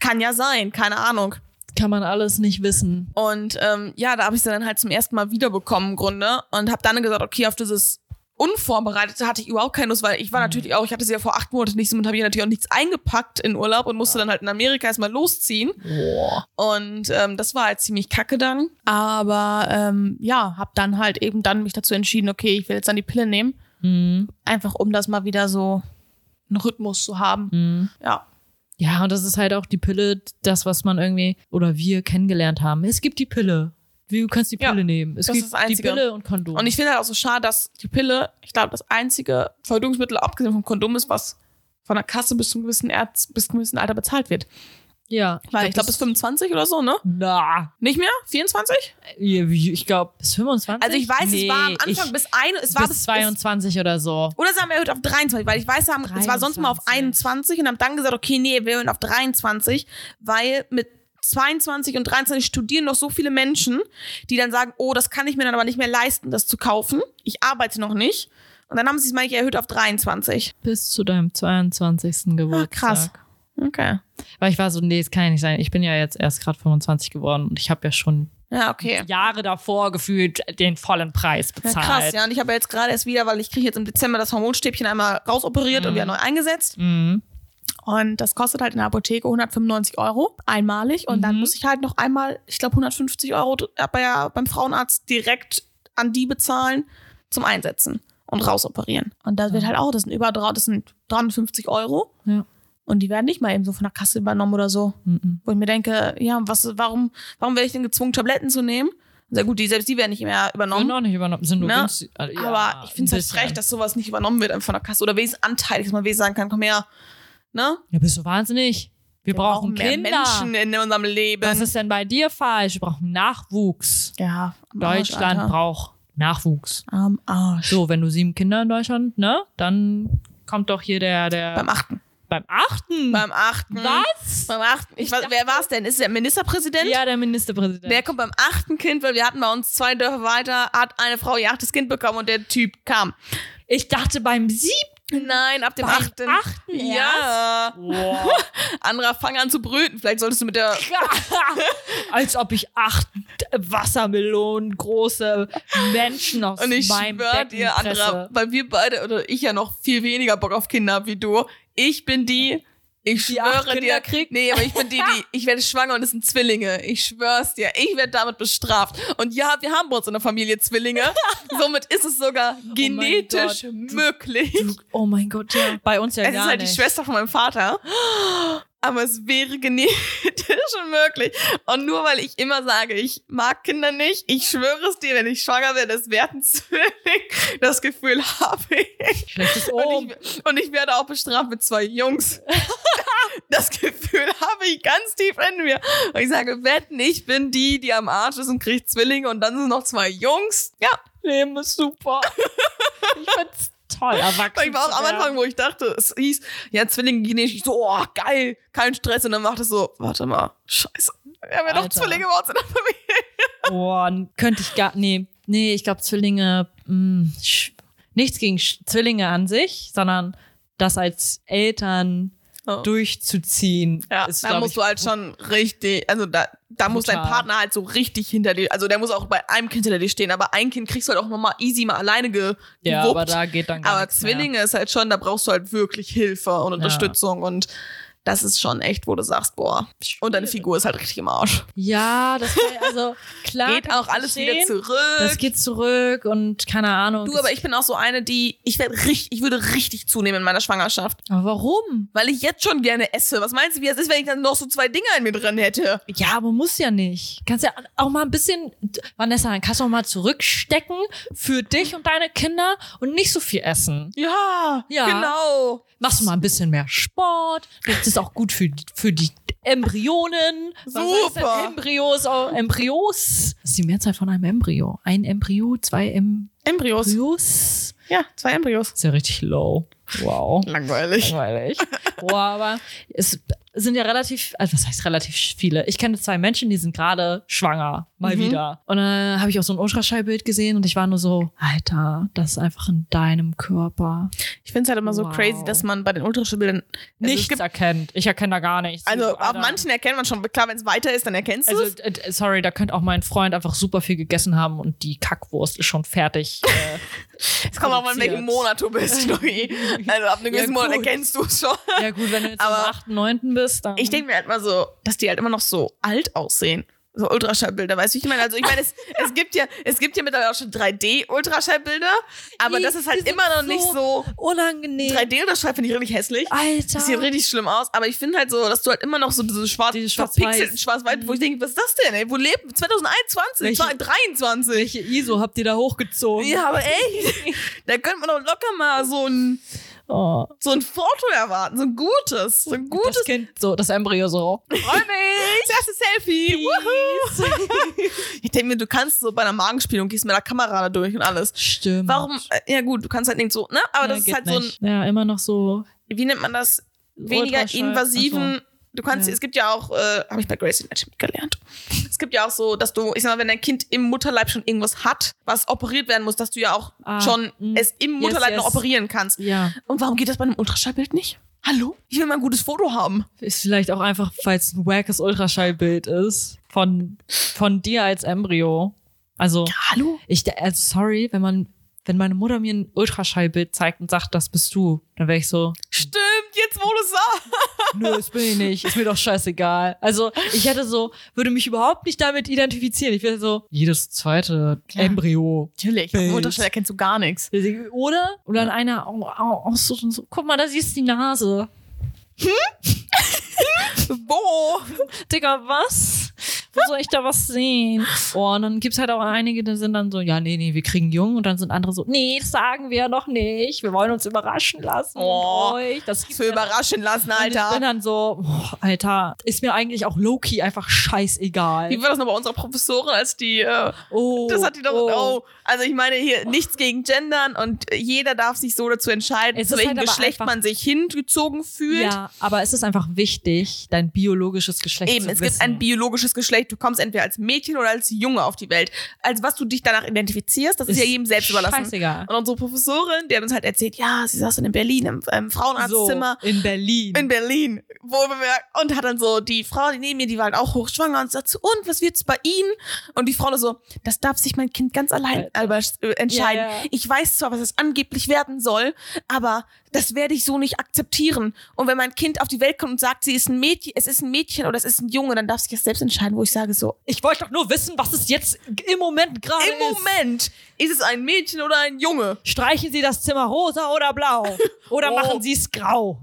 Kann ja sein, keine Ahnung.
kann man alles nicht wissen.
Und ähm, ja, da habe ich sie dann halt zum ersten Mal wiederbekommen im Grunde und habe dann gesagt, okay, auf dieses Unvorbereitete hatte ich überhaupt keine Lust, weil ich war natürlich auch, ich hatte sie ja vor acht Monaten nicht und habe ihr natürlich auch nichts eingepackt in Urlaub und musste dann halt in Amerika erstmal losziehen.
Boah.
Und ähm, das war halt ziemlich kacke dann. Aber ähm, ja, habe dann halt eben dann mich dazu entschieden, okay, ich will jetzt dann die Pille nehmen,
Mhm.
einfach um das mal wieder so einen Rhythmus zu haben.
Mhm.
Ja.
Ja, und das ist halt auch die Pille, das, was man irgendwie oder wir kennengelernt haben. Es gibt die Pille. Wie- Du kannst die
Ja,
Pille nehmen. Es
das
gibt
ist das
die
Einzige.
Pille und Kondom.
Und ich finde halt auch so schade, dass die Pille, ich glaube, das einzige Verhütungsmittel, abgesehen vom Kondom, ist, was von der Kasse bis zum gewissen, Erz, bis zum gewissen Alter bezahlt wird.
ja,
Weil ich glaube, bis 25 oder so, ne?
Na,
Nicht mehr? 24?
ich glaube, bis 25.
Also ich weiß,
Nee,
es war am Anfang
ich,
bis ein, es war
bis, 22 oder so.
Oder sie haben erhöht auf 23, weil ich weiß, sie haben, es war sonst mal auf
23.
21 und haben dann gesagt, okay, nee, wir erhöhen auf 23, weil mit 22 und 23 studieren noch so viele Menschen, die dann sagen, oh, das kann ich mir dann aber nicht mehr leisten, das zu kaufen. Ich arbeite noch nicht. Und dann haben sie es mal erhöht auf 23.
Bis zu deinem 22. Geburtstag.
Ah, krass. Okay.
Weil ich war so, nee, das kann ja nicht sein. Ich bin ja jetzt erst gerade 25 geworden und ich habe ja schon
Ja, okay.
Jahre davor gefühlt den vollen Preis
Ja,
bezahlt.
krass, ja. Und ich habe ja jetzt gerade erst wieder, weil ich kriege jetzt im Dezember das Hormonstäbchen einmal rausoperiert und wieder neu eingesetzt.
Mhm.
Und das kostet halt in der Apotheke 195 Euro einmalig. Und dann
Mhm.
muss ich halt noch einmal, ich glaube, 150 Euro dr- äh, bei, beim Frauenarzt direkt an die bezahlen zum Einsetzen und rausoperieren. Und das wird halt auch, das sind über drei- das sind 350 Euro.
Ja.
Und die werden nicht mal eben so von der Kasse übernommen oder so.
Mhm.
Wo ich mir denke, ja, was, warum, warum werde ich denn gezwungen, Tabletten zu nehmen? Sehr gut, die, selbst die werden nicht mehr
Sind
übernommen.
noch nicht übernommen. Sind nur
Ne?
günstig. also, Genau. ja,
Aber ich finde
ein
es
bisschen.
halt frech, dass sowas nicht übernommen wird von der Kasse. Oder wenigstens anteilig, dass man wenigstens sagen kann, komm her, ne?
Ja, bist du wahnsinnig? Wir, brauchen,
mehr
Kinder.
Menschen in unserem Leben.
Was ist denn bei dir falsch? Wir brauchen Nachwuchs.
ja, am Arsch,
Deutschland
Alter.
braucht Nachwuchs.
am Arsch.
So, wenn du sieben Kinder in Deutschland, ne, dann kommt doch hier der, der
Beim achten.
Beim achten?
Beim 8.
Was?
Beim 8. Ich, weiß, wer war es denn? Ist der Ministerpräsident?
Ja, der Ministerpräsident.
Der kommt beim achten Kind, weil wir hatten bei uns zwei Dörfer weiter, hat eine Frau ihr achtes Kind bekommen und der Typ kam.
ich dachte beim siebten.
Nein, ab dem
Beim
achten.
achten
Ja.
Wow.
Anderer, fang an zu brüten. Vielleicht solltest du mit der
Als ob ich acht Wassermelonen große Menschen aus
Und ich
meinem
schwör
Becken
dir, Andra,
fresse.
weil wir beide oder ich ja noch viel weniger Bock auf Kinder hab wie du. Ich bin die, ich
Die acht
schwöre
Kinder
dir.
kriegt.
Nee, aber ich bin die, die, ich werde schwanger und es sind Zwillinge. Ich schwör's dir, ich werde damit bestraft. Und ja, wir haben bei uns in der Familie Zwillinge. Somit ist es sogar genetisch
Oh Gott.
möglich.
Oh mein Gott, ja. Bei uns ja
es
gar
ist halt
nicht.
die Schwester von meinem Vater. Aber es wäre genetisch unmöglich. Und nur weil ich immer sage, ich mag Kinder nicht, ich schwöre es dir, wenn ich schwanger werde, es werden Zwilling. Das Gefühl habe ich.
Schlechtes
Und
Ohm.
ich. Und ich werde auch bestraft mit zwei Jungs. Das Gefühl habe ich ganz tief in mir. Und ich sage, wetten, ich bin die, die am Arsch ist und kriegt Zwillinge und dann sind noch zwei Jungs. Ja,
Leben ist super. ich find's toll, erwachsen.
Ich war auch
zu
am
werden.
Anfang, wo ich dachte, es hieß, ja, Zwillinge genetisch. Ich so, oh, geil, kein Stress. Und dann macht es so, warte mal, scheiße. Wir haben ja doch
Alter.
Zwillinge bei uns in der Familie.
Boah, könnte ich gar. Nee, nee, ich glaube, Zwillinge. Mh, sch- nichts gegen Sch Zwillinge an sich, sondern das als Eltern
Oh.
durchzuziehen.
Ja,
ist,
da
glaub
musst
ich,
du halt schon richtig, also da, da muss dein
Brutal.
Partner halt so richtig hinter dir, also der muss auch bei einem Kind hinter dir stehen, aber ein Kind kriegst du halt auch nochmal easy mal alleine ge
Ja,
gewuppt.
aber da geht dann gar
Aber
nichts mehr.
Zwillinge ist halt schon, da brauchst du halt wirklich Hilfe und Unterstützung und das ist schon echt, wo du sagst, boah. Und deine Figur ist halt richtig im Arsch.
Ja, das war, also klar.
Geht
kann
auch
ich
alles wieder
verstehen.
zurück.
Das geht zurück und keine Ahnung.
Du, aber ich bin auch so eine, die ich werde richtig, ich würde richtig zunehmen in meiner Schwangerschaft,
Aber warum?
weil ich jetzt schon gerne esse. Was meinst du, wie es ist, wenn ich dann noch so zwei Dinger in mir drin hätte?
Ja, aber muss ja nicht. Kannst ja auch mal ein bisschen, Vanessa, dann kannst du auch mal zurückstecken für dich und deine Kinder und nicht so viel essen.
Ja,
Ja.
genau.
Machst du mal ein bisschen mehr Sport. Das ist auch gut für, die- für die Embryonen. Was heißt denn
Super.
Embryos, oh, Embryos. Das ist die Mehrzahl von einem Embryo. Ein Embryo, zwei
Embryos.
Embryos.
Ja, zwei Embryos. Also,
Ist ja richtig low. Wow.
Langweilig.
Langweilig. Boah, aber es sind ja relativ, also was heißt relativ viele? Ich kenne zwei Menschen, die sind gerade schwanger, mal
Mhm.
wieder. Und dann habe ich auch so ein Ultraschallbild gesehen und ich war nur so, Alter, das ist einfach in deinem Körper.
Ich finde es halt immer so
Wow.
crazy, dass man bei den Ultraschallbildern also es
nichts
gibt-
erkennt. Ich erkenne da gar nichts.
Also auf
Alter.
manchen erkennt man schon, klar, wenn es weiter ist, dann erkennst du
Also,
es.
d- d- sorry, da könnte auch mein Freund einfach super viel gegessen haben und die Kackwurst ist schon fertig. äh,
Es kommt auch mal, in welchem
produziert.
Monat du bist, Louis. Also ab einem
Ja,
gewissen Monat
gut.
erkennst du es schon.
Ja, gut, wenn du jetzt
Aber-
am 8., 9. bist, dann.
Ich denke mir halt mal so, dass die halt immer noch so alt aussehen. So Ultraschallbilder, weißt du, wie ich meine? Also ich meine, es, es gibt ja, es gibt ja mittlerweile auch schon 3D-Ultraschallbilder, aber
Die-
das ist
die
halt
sind
immer noch nicht so.
unangenehm.
3D-Ultraschall finde ich richtig hässlich.
Alter.
Das sieht richtig schlimm aus, aber ich finde halt so, dass du halt immer noch so diese schwarz,
Diese schwarz-weiß. Mhm.
verpixelten Schwarz-Weiß, wo ich denke, was ist das denn, ey? Wo leben? 2021,
Welche-
2023.
Welche ISO habt ihr da hochgezogen?
Ja, aber echt, da könnte man doch locker mal so ein,
Oh,
so ein Foto erwarten, so ein gutes, so ein
das
gutes.
Kind, so, das Embryo so.
Freue mich! Das erste Selfie! Woohoo. Ich denke mir, du kannst so bei einer Magenspielung gehst mit der Kamera da durch und alles.
Stimmt.
Warum? äh, Ja, gut, du kannst halt nicht so, ne? Aber das ist halt
so ein. Ja, immer noch so.
so ein, wie nennt man das? Weniger
Ultraschall.
invasiven. Du kannst,
Ja.
es gibt ja auch, äh, habe ich bei Grace Anatomy gelernt. Es gibt ja auch so, dass du, ich sag mal, wenn dein Kind im Mutterleib schon irgendwas hat, was operiert werden muss, dass du ja auch
Ah,
schon
mm.
es im
Yes,
Mutterleib noch
yes.
operieren kannst.
Ach so. Ja.
Und warum geht das bei einem Ultraschallbild nicht? Hallo? Ich will mal ein gutes Foto haben.
Ist vielleicht auch einfach, weil es ein wackes Ultraschallbild ist. Von, von dir als Embryo. Also,
Hallo?
ich, also sorry, wenn man, wenn meine Mutter mir ein Ultraschallbild zeigt und sagt, das bist du, dann wäre ich so,
Stimmt, jetzt wo du es sagst.
nö, das bin ich nicht, ist mir doch scheißegal. Also, ich hätte so, würde mich überhaupt nicht damit identifizieren. Ich wäre so, jedes zweite
Klar.
Embryo
Natürlich.
Bild.
Am Unterschall erkennst du gar nichts.
Deswegen, Oder? Oder an einer au, au, au, so, so, guck mal, da siehst du die Nase.
Wo?
Digga, was? Wo soll ich da was sehen? Oh, und dann gibt's halt auch einige, die sind dann so, ja, nee, nee, wir kriegen Jungen. Und dann sind andere so, nee, das sagen wir noch nicht. Wir wollen uns überraschen lassen.
Oh,
und euch. Das gibt's
Für
ja
überraschen lassen,
Und ich bin
Alter.
dann so, oh, Alter, ist mir eigentlich auch Loki einfach scheißegal.
Wie war das noch bei unserer Professorin, als die, äh,
Oh,
das hat die doch, oh. also ich meine hier nichts gegen Gendern und jeder darf sich so dazu entscheiden,
Es
zu
ist
welchem
halt aber
Geschlecht
einfach-
man sich hingezogen fühlt.
Ja, aber es ist einfach wichtig, dein biologisches Geschlecht
Eben,
zu
es
wissen.
gibt ein biologisches Geschlecht, du kommst entweder als Mädchen oder als Junge auf die Welt. Also was du dich danach identifizierst, das ist, ja jedem selbst überlassen.
Scheißegal.
Und unsere Professorin, die hat uns halt erzählt, ja, sie saß dann in Berlin im, im Frauenarztzimmer.
in Berlin.
In Berlin, wo bemerkt, und hat dann so die Frau, die neben mir, die war halt auch hochschwanger und sagt so, und was wird's bei Ihnen? Und die Frau nur so, das darf sich mein Kind ganz allein aber, äh, entscheiden.
Ja, ja.
Ich weiß zwar, was es angeblich werden soll, aber das werde ich so nicht akzeptieren. Und wenn mein Kind auf die Welt kommt und sagt, sie ist ein Mädchen, es ist ein Mädchen oder es ist ein Junge, dann darf sich das selbst entscheiden, wo ich sage so,
ich wollte doch nur wissen, was es jetzt im Moment gerade
im Moment ist es ein Mädchen oder ein Junge?
Streichen Sie das Zimmer rosa oder blau? Oder
Oh.
machen Sie es grau?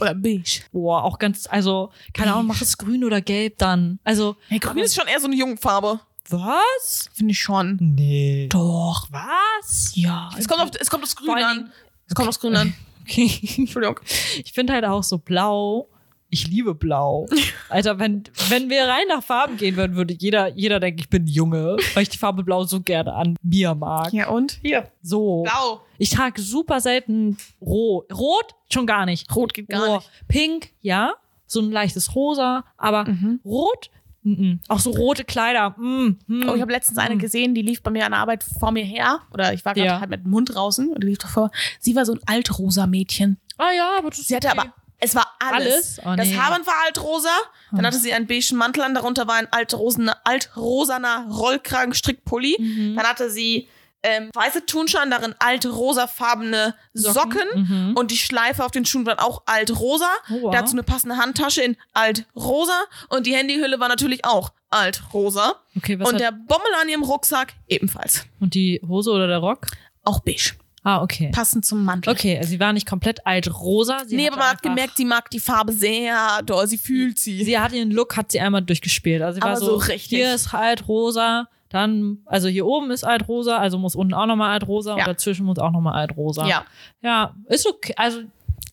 Oder beige.
Boah, auch ganz, also, keine Ahnung, mach es grün oder gelb dann. Also,
Hey, grün ist schon eher so eine Jungfarbe.
was?
Finde ich schon.
Nee.
Doch.
Was? Ja.
Es kommt auf, es kommt aufs Grün
Vor allen
an.
Dingen-
Es kommt aufs Grün an.
Okay.
Entschuldigung.
Ich finde halt auch so blau. Ich liebe blau. Alter, wenn, wenn wir rein nach Farben gehen würden, würde jeder, jeder denken, ich bin Junge, weil ich die Farbe blau so gerne an mir mag.
Ja, und? Hier.
So.
Blau.
Ich trage super selten rot. Rot schon gar nicht.
Rot geht gar
Roh.
nicht.
Pink, ja. So ein leichtes Rosa. Aber
Mhm.
rot, mhm. auch so rote Kleider. mhm, mhm.
Oh, ich habe letztens eine
Mhm.
gesehen, die lief bei mir an der Arbeit vor mir her. Oder ich war gerade
Ja.
halt mit dem Hund draußen und die lief doch vor. Sie war so ein altrosa Mädchen.
ah ja, aber das
Sie hatte aber, es war alles.
Alles? Oh,
das
nee.
Haaren war altrosa. Dann
Hm.
hatte sie einen beigen Mantel an, darunter war ein altrosener, altrosaner Rollkragenstrickpulli.
Mhm.
Dann hatte sie ähm, weiße Turnschuhe an, darin altrosafarbene Socken.
Mhm.
Und die Schleife auf den Schuhen war auch altrosa.
Oh, wow.
Dazu eine passende Handtasche in altrosa. Und die Handyhülle war natürlich auch altrosa.
Okay, was
Und
und,
der
hat,
Bommel an ihrem Rucksack ebenfalls.
und die Hose oder der Rock?
Auch beige.
Ah, okay.
Passend zum Mantel.
Okay, also sie war nicht komplett altrosa. Sie
nee,
hatte
aber man hat
einfach-
gemerkt, sie mag die Farbe sehr doll. Sie fühlt sie.
Sie hat ihren Look, hat sie einmal durchgespielt. Also sie war
Aber
so,
so richtig.
hier ist altrosa, dann, also hier oben ist altrosa, also muss unten auch nochmal altrosa
Ja.
und dazwischen muss auch nochmal altrosa.
ja.
Ja, ist okay. Also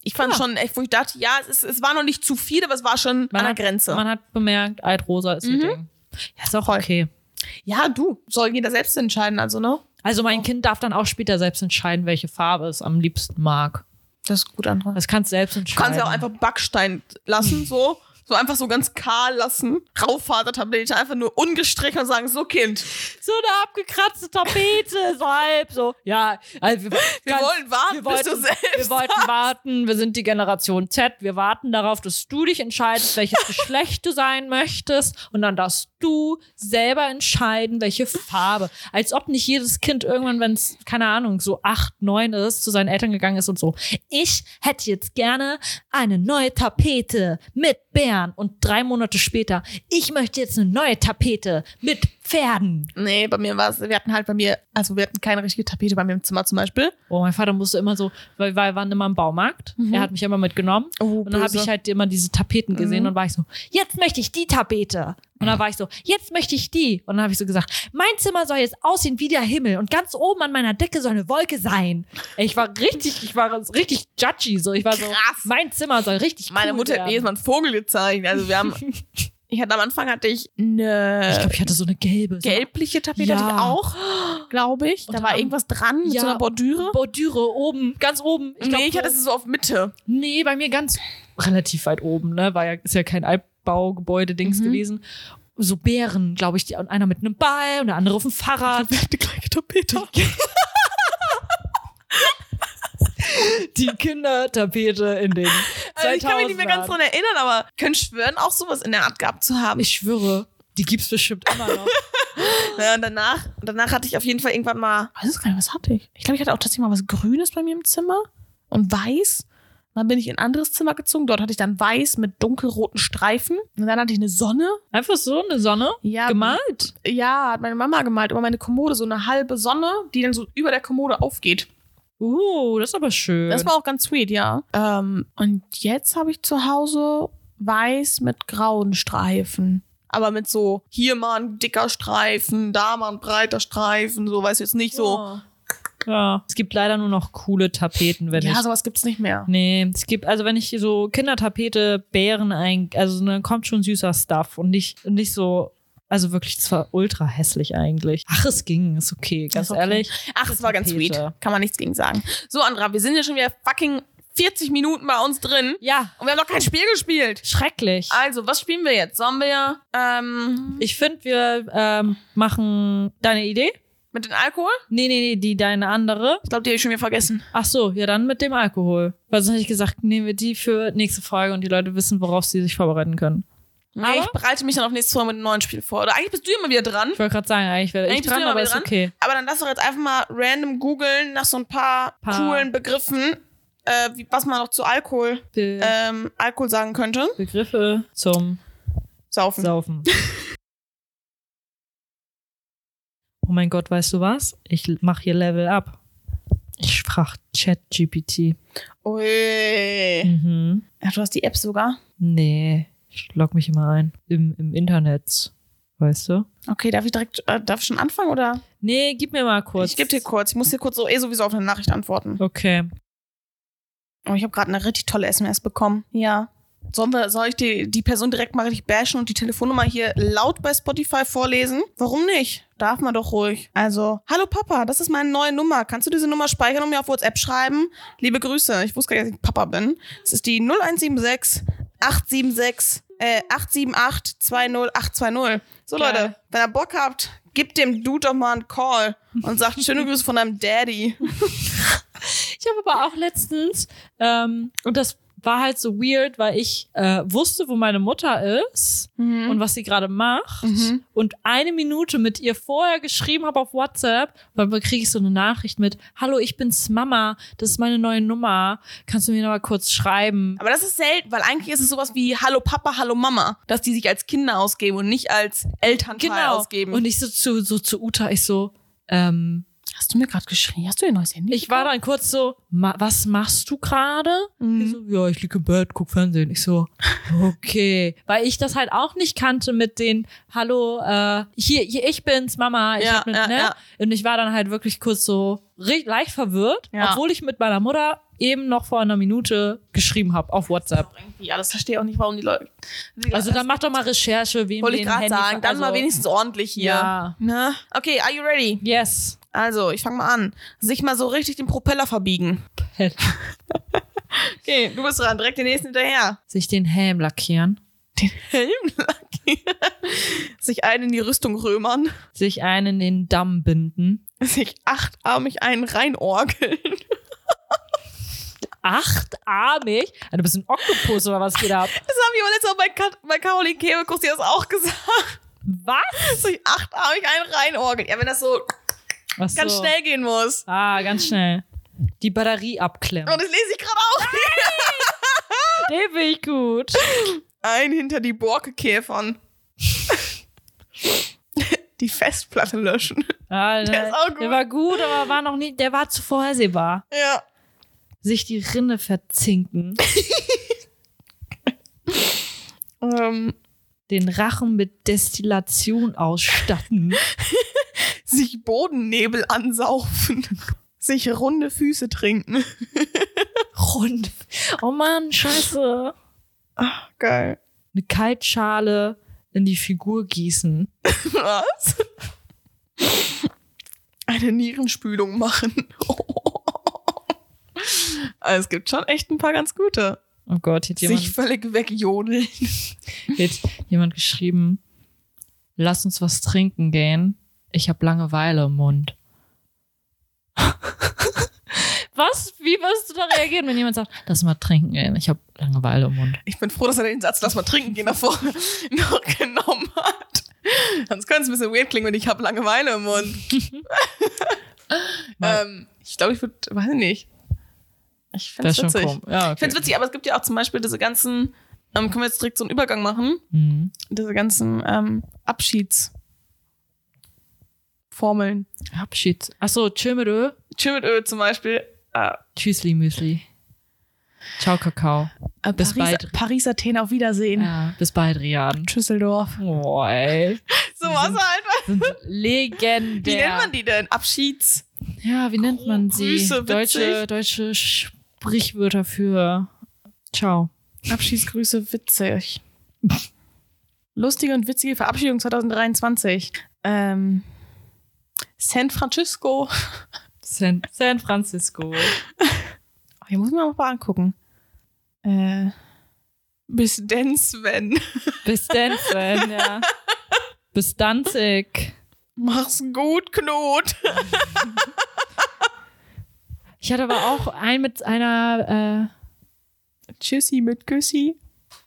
Ich fand
Ja.
schon echt, wo ich dachte, ja, es, ist, es war noch nicht zu viel, aber es war schon an der
hat,
Grenze.
Man hat bemerkt, altrosa ist
Mhm.
ihr Ding. Ja, ist auch
Voll.
okay.
Ja, du, soll jeder selbst entscheiden, also, ne?
Also mein Kind darf dann auch später selbst entscheiden, welche Farbe es am liebsten mag.
Das ist gut, Andra.
Das kannst du selbst
Du
entscheiden.
kannst ja auch einfach Backstein lassen, so. So einfach so ganz kahl lassen. Raufasertablette, einfach nur ungestrichen und sagen, so Kind,
so eine abgekratzte Tapete, ist halb so. Ja, also wir,
wir
ganz-
wollen warten,
wir
bis du
wollten, wir
selbst.
wollten warten, wir sind die Generation Z, wir warten darauf, dass du dich entscheidest, welches Geschlecht du sein möchtest und dann darfst du selber entscheiden, welche Farbe. Als ob nicht jedes Kind irgendwann, wenn es, keine Ahnung, so acht, neun ist, zu seinen Eltern gegangen ist und so, ich hätte jetzt gerne eine neue Tapete mit Bären und drei Monate später, ich möchte jetzt eine neue Tapete mit Pferden.
Nee, bei mir war es, wir hatten halt bei mir, also wir hatten keine richtige Tapete bei mir im Zimmer zum Beispiel.
Oh, mein Vater musste immer so, weil weil wir waren immer im Baumarkt.
Mhm.
Er hat mich immer mitgenommen.
Oh,
Und dann habe ich halt immer diese Tapeten gesehen
Mhm.
und war ich so, jetzt möchte ich die Tapete. Und dann war ich so, jetzt möchte ich die. Und dann habe ich so gesagt, mein Zimmer soll jetzt aussehen wie der Himmel und ganz oben an meiner Decke soll eine Wolke sein. Ey, Ich war richtig, ich war so richtig judgy. So. Ich war so,
Krass.
mein Zimmer soll richtig
Meine
cool
Mutter hat mir jedes
werden.
Mal einen Vogel gezeigt. Also wir haben, ich hatte am Anfang hatte ich eine
Ich glaube, ich hatte so eine gelbe. so eine
gelbliche Tapete
Ja.
hatte ich auch, glaube ich. Da
Und
war
am-
irgendwas dran mit
Ja.
so einer Bordüre.
Bordüre oben, ganz oben. Ich glaub,
nee, ich hatte
so-
es so auf Mitte.
Nee, bei mir ganz relativ weit oben, ne? War ja, ist ja kein Altbaugebäude-Dings
Mhm.
gewesen. So Bären, glaube ich, die, und einer mit einem Ball und der andere auf dem Fahrrad.
Die gleiche Tapete.
Die Kindertapete in den 2000
Also ich kann mich nicht mehr ganz dran erinnern, aber können schwören, auch sowas in der Art gehabt zu haben.
Ich schwöre, die gibt's bestimmt immer noch.
Ja, und danach, danach hatte ich auf jeden Fall irgendwann mal, weiß ich gar nicht, was hatte ich? Ich glaube, ich hatte auch tatsächlich mal was Grünes bei mir im Zimmer und weiß. Dann bin ich in ein anderes Zimmer gezogen. Dort hatte ich dann weiß mit dunkelroten Streifen. Und dann hatte ich eine Sonne.
Einfach so eine Sonne
Ja,
gemalt.
ja, hat meine Mama gemalt über meine Kommode. So eine halbe Sonne, die dann so über der Kommode aufgeht.
Uh, das ist aber schön.
Das war auch ganz sweet, ja. Ähm, und jetzt habe ich zu Hause weiß mit grauen Streifen. aber mit so hier mal ein dicker Streifen, da mal ein breiter Streifen, so weiß jetzt nicht so.
Ja. Es gibt leider nur noch coole Tapeten, wenn ich.
Ja, sowas gibt's nicht mehr.
Nee, es gibt, also wenn ich so Kindertapete, Bären ein, also dann kommt schon süßer Stuff und nicht, und nicht so, also wirklich zwar ultra hässlich eigentlich. Ach, es ging, ist okay, ganz
Ist okay.
ehrlich.
Ach, es war ganz sweet.
Tapete.
Kann man nichts gegen sagen. So, Andra, wir sind ja schon wieder fucking 40 Minuten bei uns drin
Ja,
und wir haben noch kein Spiel gespielt.
schrecklich.
Also, was spielen wir jetzt? Sollen wir ähm,
Ich finde, wir ähm, machen deine Idee.
mit dem Alkohol?
Nee, nee, nee, die deine andere.
Ich glaube, die habe ich schon wieder vergessen.
Ach so, ja dann mit dem Alkohol. Weil sonst hätte ich gesagt, nehmen wir die für nächste Frage und die Leute wissen, worauf sie sich vorbereiten können.
Nee, ich bereite mich dann auf nächstes Mal mit einem neuen Spiel vor. Oder eigentlich bist du immer wieder dran.
Ich wollte gerade sagen, eigentlich wäre ich
Eigentlich bist
dran,
du
aber
aber
ist
dran.
okay.
Aber dann lass doch jetzt einfach mal random googeln nach so ein paar,
Paar.
coolen Begriffen, äh, wie, was man noch zu Alkohol,
Be
ähm, Alkohol sagen könnte.
Begriffe zum
Saufen.
Saufen. oh mein Gott, weißt du was? Ich mache hier Level up. Ich frage ChatGPT.
Ui.
Mhm.
Ja, du hast die App sogar.
Nee, ich log mich immer ein. Im, Im Internet, weißt du?
Okay, darf ich direkt, äh, darf ich schon anfangen oder?
Nee, gib mir mal kurz.
Ich gebe dir kurz. Ich muss dir kurz so eh sowieso auf eine Nachricht antworten.
Okay.
Oh, ich habe gerade eine richtig tolle SMS bekommen. Ja. Sollen wir, soll ich die, die Person direkt mal richtig bashen und die Telefonnummer hier laut bei Spotify vorlesen? Warum nicht? Darf man doch ruhig. Also, hallo Papa, das ist meine neue Nummer. Kannst du diese Nummer speichern und mir auf WhatsApp schreiben? Liebe Grüße. Ich wusste gar nicht, dass ich Papa bin. Es ist die 0176 876 äh, 878 20820. So
Geil.
Leute, wenn ihr Bock habt, gebt dem Dude doch mal einen Call und sagt schöne Grüße von deinem Daddy.
Ich habe aber auch letztens, ähm, und das war halt so weird, weil ich äh, wusste, wo meine Mutter ist und was sie gerade macht.
Mhm.
Und eine Minute mit ihr vorher geschrieben habe auf WhatsApp. Und dann kriege ich so eine Nachricht mit, hallo, ich bin's Mama, das ist meine neue Nummer. Kannst du mir noch mal kurz schreiben?
Aber das ist selten, weil eigentlich ist es sowas wie Hallo Papa, Hallo Mama, dass die sich als Kinder ausgeben und nicht als Elternteil
Genau.
ausgeben.
Und ich so zu, so zu Uta, ich so, ähm,
hast du mir gerade geschrieben? Hast du ihr neues Handy?
Ich war dann kurz so, ma was machst du gerade?
Mhm.
Die So, ja, ich liege im Bett, guck Fernsehen. Ich so, okay. Weil ich das halt auch nicht kannte mit den, hallo, äh, hier, hier, ich bin's, Mama. Ich
Ja,
hab mit,
ja,
ne?
ja.
Und ich war dann halt wirklich kurz so re- leicht verwirrt,
Ja.
obwohl ich mit meiner Mutter eben noch vor einer Minute geschrieben habe auf WhatsApp.
Ja, das verstehe ich auch nicht, warum die Leute. die-
Also dann mach doch mal Recherche, wem
wollte ich
den
gerade
Handy
sagen, dann
also,
mal wenigstens ordentlich hier.
Ja.
Ne? Okay, are you ready?
Yes.
Also, ich fange mal an. Sich mal so richtig den Propeller verbiegen. Okay, du bist dran, direkt den nächsten hinterher.
Sich den Helm lackieren.
Helm lackieren. Sich einen in die Rüstung römern.
Sich einen in den Damm binden.
Sich achtarmig einen reinorgeln.
achtarmig. Ah, Du bist ein Oktopus oder was geht ab?
Das haben die aber letztes Mal bei, Kat bei Caroline Kebekus, die hat das auch gesagt.
Was?
So, ich achtarmig einen reinorgeln. Ja, wenn das so
Ach so.
ganz schnell gehen muss.
Ah, ganz schnell. Die Batterie abklemmen.
Und das lese ich gerade auch.
Den finde ich gut.
Ein hinter die Borke käfern. die Festplatte löschen.
Ah,
Der ist auch gut.
Der war gut, aber war noch nicht, der war zu vorhersehbar.
Ja.
Sich die Rinne verzinken.
Ähm,
Den Rachen mit Destillation ausstatten.
sich Bodennebel ansaufen. sich runde Füße trinken.
Rund. Oh Mann, scheiße.
Geil.
Eine Kaltschale in die Figur gießen.
Was? Eine Nierenspülung machen. Also es gibt schon echt ein paar ganz gute.
Oh Gott, jetzt
Sich
jemand,
völlig wegjodeln.
jetzt jemand geschrieben, lass uns was trinken gehen. Ich habe Langeweile im Mund. was? Wie wirst du da reagieren, wenn jemand sagt, lass mal trinken gehen. Ich habe Langeweile im Mund.
Ich bin froh, dass er den Satz Lass mal trinken gehen davor noch genommen hat. Sonst könnte es ein bisschen weird klingen, wenn ich habe Langeweile im Mund.
Ja.
ähm, ich glaube, ich würde, weiß ich nicht. Ich finde
Das
es
ist
witzig.
schon komisch. Ja,
Ich finde es witzig, aber es gibt ja auch zum Beispiel diese ganzen, ähm, können wir jetzt direkt so einen Übergang machen?
Mhm.
diese ganzen ähm, Abschiedsformeln.
Abschied. Achso, chill mit Ö.
Chill mit Öl zum Beispiel. Äh,
Tschüssli, Müsli. Ciao, Kakao.
Äh,
Bis
Paris,
bald.
Paris, Athen, auf Wiedersehen.
Ja, bis bald, Rian.
Schüsseldorf.
Oh, ey.
So was halt.
Sind
Wie nennt
legendär.
man die denn? Abschieds.
Ja, wie nennt man sie?
Grüße, witzig.
deutsche, deutsche Sprichwörter für Ciao.
Abschiedsgrüße witzig. Lustige und witzige Verabschiedung 2023. Ähm, San Francisco.
San, San Francisco.
Oh, hier muss ich mir mal angucken. Äh, bis denn, Sven.
Bis dann, Sven, ja. Bis Danzig.
Mach's gut, Knut.
Ich hatte aber auch einen mit einer, äh,
Tschüssi mit Küssi.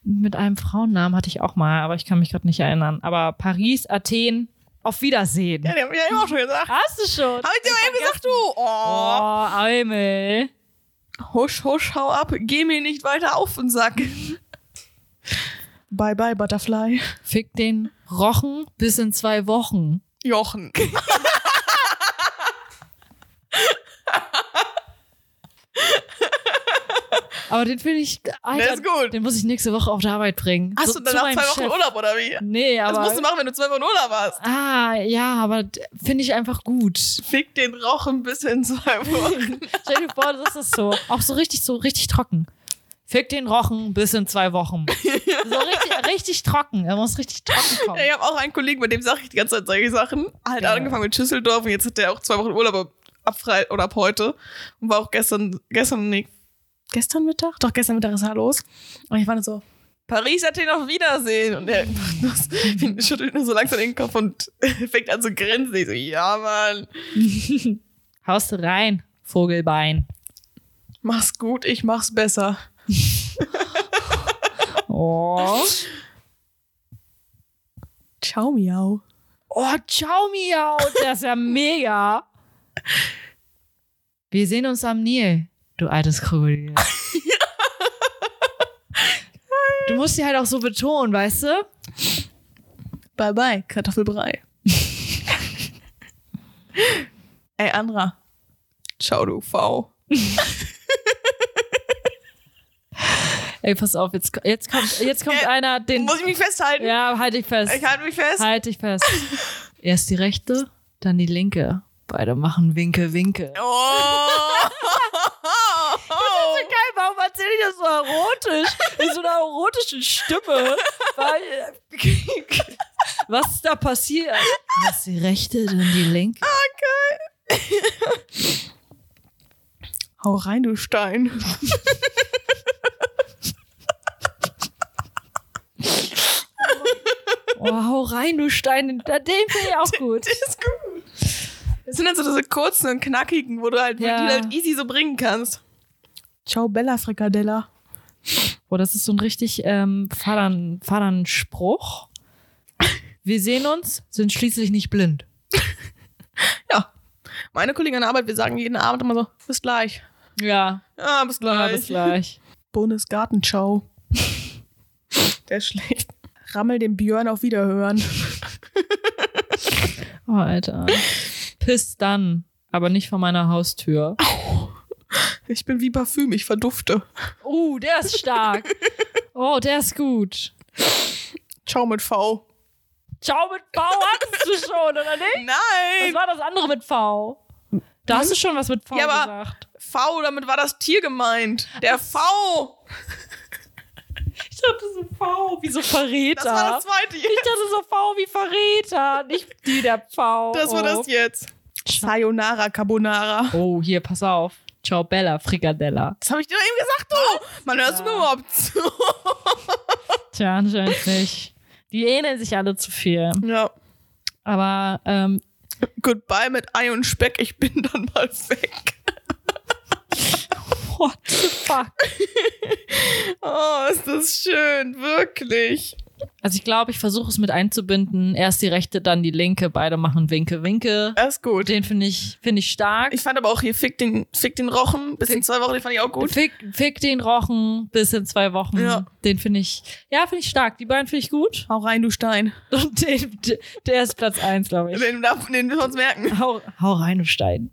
mit einem Frauennamen hatte ich auch mal, aber ich kann mich gerade nicht erinnern. Aber Paris, Athen, auf Wiedersehen.
Ja, die hab ich ja eben auch schon gesagt.
Hast du schon?
Hab ich dir mal eben gesagt, du. Oh.
Oh, Eimel.
Husch, husch, hau ab. Geh mir nicht weiter auf den Sack. bye, bye, Butterfly.
Fick den Rochen bis in zwei Wochen.
Jochen.
Aber den finde ich,
Der
Alter,
ist gut.
den muss ich nächste Woche auf der Arbeit bringen.
Hast du
So zu
danach
meinem
zwei Wochen
Chef.
Urlaub oder wie?
Nee, aber.
Das musst du machen, wenn du zwei Wochen Urlaub hast.
Ah, ja, aber d- finde ich einfach gut.
Fick den Rauch ein bisschen in zwei Wochen.
Stell dir vor, das ist so. Auch so richtig, so richtig trocken. Fick den Rochen bis in zwei Wochen. So richtig, richtig trocken. Er muss richtig trocken kommen.
ich habe auch einen Kollegen, mit dem sage ich die ganze Zeit solche Sachen. Hat halt
Ja.
angefangen mit Schüsseldorf und jetzt hat der auch zwei Wochen Urlaub ab- ab Frei oder ab heute. Und war auch gestern, gestern, nee, gestern Mittag? Doch, gestern Mittag ist er los. Und ich war nur so, Paris hat den auf Wiedersehen. Und er macht das, schüttelt nur so langsam den Kopf und fängt an zu grinsen. Ich so, ja, Mann,
Haust du rein, Vogelbein.
mach's gut, ich mach's besser.
Oh.
Ciao, miau.
Oh, ciao, Miau. Das ist ja mega. Wir sehen uns am Nil, du altes Krokodil. Du musst sie halt auch so betonen, weißt du?
Bye bye, Kartoffelbrei. Ey, Andra. Ciao, du V.
Ey, pass auf, jetzt, ko- jetzt kommt, jetzt kommt
Äh,
einer, den.
Muss ich mich festhalten?
Ja, halt dich fest.
Ich halte mich fest.
Halt dich fest. Erst die rechte, dann die linke. Beide machen Winke, Winke.
Oh.
geil, warum erzähle ich das so erotisch? In so einer erotischen Stimme. Weil, was ist da passiert? Was die rechte, dann die linke.
Hau rein, du Stein.
Oh, hau rein, du Stein. Den finde ich auch gut.
ist gut. Das sind dann so diese kurzen und knackigen, wo du halt,
Ja.
die du halt easy so bringen kannst. Ciao, Bella Frikadella.
Boah, das ist so ein richtig ähm, Fadern, Fadern-Spruch. Wir sehen uns, sind schließlich nicht blind.
Ja. Meine Kollegen an der Arbeit, wir sagen jeden Abend immer so, bis gleich.
Ja,
Ja, bis gleich.
Ah, bis gleich.
Bundesgartenschau. Der ist schlecht. Rammel den Björn auf Wiederhören.
Oh, Alter. Piss dann, aber nicht vor meiner Haustür.
Ich bin wie Parfüm, ich verdufte.
Uh, der ist stark. Oh, der ist gut.
Ciao mit V.
Ciao mit V hattest du schon, oder nicht? Was
Nein!
war das andere mit V? Da hast du schon was mit V
Ja, aber-
gesagt.
V, damit war das Tier gemeint. Der V!
Ich dachte so V wie so Verräter.
Das war das zweite.
ich dachte so V wie Verräter, nicht die der V.
Das war das jetzt. Sayonara Carbonara.
Oh, hier, pass auf. Ciao Bella, Frikadella.
Das habe ich dir doch eben gesagt, du! Man hörst du mir
Ja.
überhaupt zu.
Tja, anscheinend nicht. Die ähneln sich alle zu viel.
Ja.
Aber ähm,
Goodbye mit Ei und Speck, ich bin dann mal weg.
what the fuck?
Oh, ist das schön, wirklich.
Also ich glaube, ich versuche es mit einzubinden. Erst die rechte, dann die linke. Beide machen Winke, Winke.
Das ist gut.
Den finde ich, finde ich stark.
Ich fand aber auch hier Fick den, Fick den Rochen, bis in zwei Wochen, den fand ich auch gut.
Fick, fick den Rochen bis in zwei Wochen.
Ja.
Den finde ich, ja, finde ich stark. Die beiden finde ich gut.
Hau rein, du Stein.
Und den, d- der ist Platz eins, glaube ich.
Den, darf- den müssen wir uns merken.
Hau, hau rein, du Stein.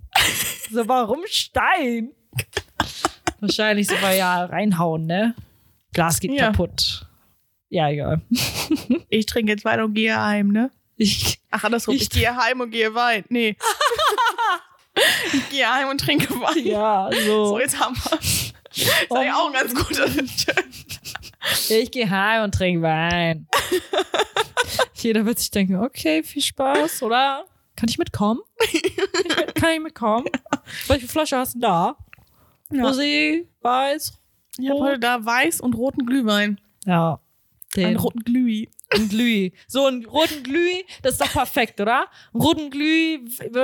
so, warum Stein? Wahrscheinlich so, weil ja, reinhauen, ne? Glas geht
Ja.
kaputt. Ja, egal.
Ich trinke jetzt Wein und gehe heim, ne?
Ich,
Ach, andersrum. Ich,
Ich-
gehe heim und gehe Wein. Nee. ich gehe heim und trinke Wein.
ja,
So,
so.
jetzt haben wir Das war ja auch ein ganz guter
Ich gehe heim und trinke Wein. Jeder wird sich denken, okay, viel Spaß, oder? Kann ich mitkommen? Kann ich mit- Kann ich mitkommen? Welche Flasche hast du da?
Ja.
Rosé, Weiß?
Ich habe heute da weiß und roten Glühwein.
Ja.
Einen
Den
roten Glühi.
roten Glüh. So einen roten Glüh, das ist doch perfekt, oder? Einen roten Glüh,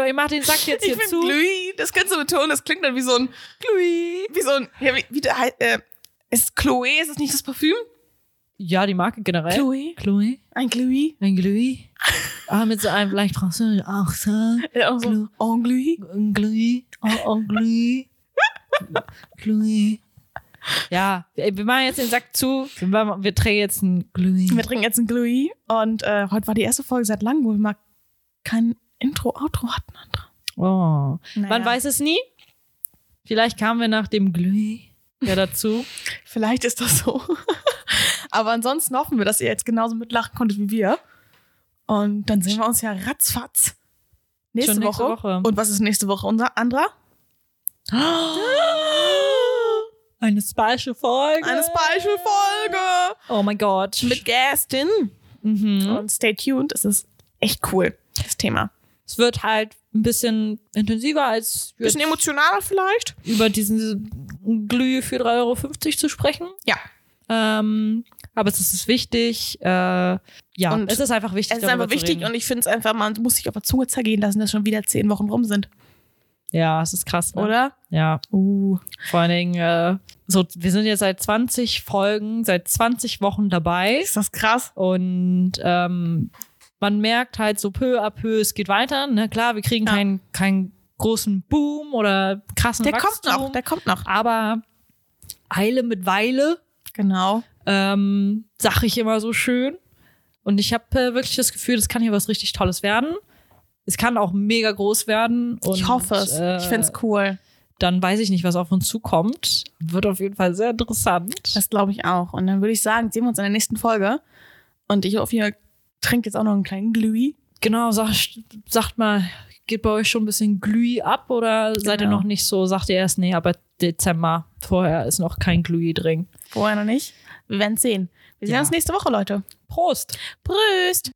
ihr macht den Sack jetzt
Ich
hier
bin
zu.
Glühi. Das kannst du betonen. Das klingt dann wie so ein Glühi. Wie so ein. Ja, wie, wie der, hei- äh, ist Chloe, ist das nicht das Parfüm?
Ja, die Marke generell.
Chloe?
Chloe,
Ein Glühi?
ein Glüh. Ah, mit so einem leicht französischen Akzent.
Äh, auch so
Glüh.
En Glühi?
Glüh, oh, oh, Glüh. Glüh. Ja, wir wir machen jetzt den Sack zu. Wir, machen- wir drehen jetzt ein Glüh.
Wir trinken jetzt einen Glühi. Und äh, heute war die erste Folge seit langem, wo wir mal kein Intro, Outro hatten.
Oh. Man
Naja.
weiß es nie. Vielleicht kamen wir nach dem Glüh ja dazu.
Vielleicht ist das so. Aber ansonsten hoffen wir, dass ihr jetzt genauso mitlachen konntet wie wir. Und dann sehen wir uns ja ratzfatz nächste,
Schon nächste
Woche.
Woche.
Und was ist nächste Woche unser anderer?
Eine special Folge.
Eine Special Folge
Oh mein Gott.
mit Gastin.
mhm.
Und stay tuned, es ist echt cool das Thema.
Es wird halt ein bisschen intensiver als jetzt
Bisschen emotionaler vielleicht?
über diesen Glüh für 3,50 Euro zu sprechen.
Ja.
Ähm, aber es ist wichtig. Äh, ja,
Und
es ist einfach wichtig.
Es ist
darüber
einfach
zu
wichtig
reden.
und ich finde es einfach, man muss sich auf der Zunge zergehen lassen, dass schon wieder zehn Wochen rum sind,
ja, es ist krass, ne?
oder?
Ja,
Uh.
vor allen Dingen, äh, so, wir sind jetzt seit 20 Folgen, seit 20 Wochen dabei
Ist das krass?
und ähm, man merkt halt so peu à peu, es geht weiter. Ne? Klar, wir kriegen
Ja.
keinen, keinen großen Boom oder krassen
Der kommt
Wachstum,
noch, der kommt noch.
aber Eile mit Weile
Genau.
ähm, sag ich immer so schön. Und ich habe äh, wirklich das Gefühl, das kann hier was richtig Tolles werden. Es kann auch mega groß werden. Und, äh,
ich hoffe es. ich finde es
cool.
cool.
Dann weiß ich nicht, was auf uns zukommt. Wird auf jeden Fall sehr interessant.
Das glaube ich auch. Und dann würde ich sagen, sehen wir uns in der nächsten Folge. Und ich hoffe, ihr trinkt jetzt auch noch einen kleinen Glühi.
genau, sag, sagt mal, geht bei euch schon ein bisschen Glüh ab oder seid ihr
Genau.
noch nicht so? Sagt ihr erst, nee, aber Dezember vorher ist noch kein Glüh drin.
Vorher noch nicht. Wir werden sehen. Wir sehen
Ja.
uns nächste Woche, Leute.
Prost!
Prost!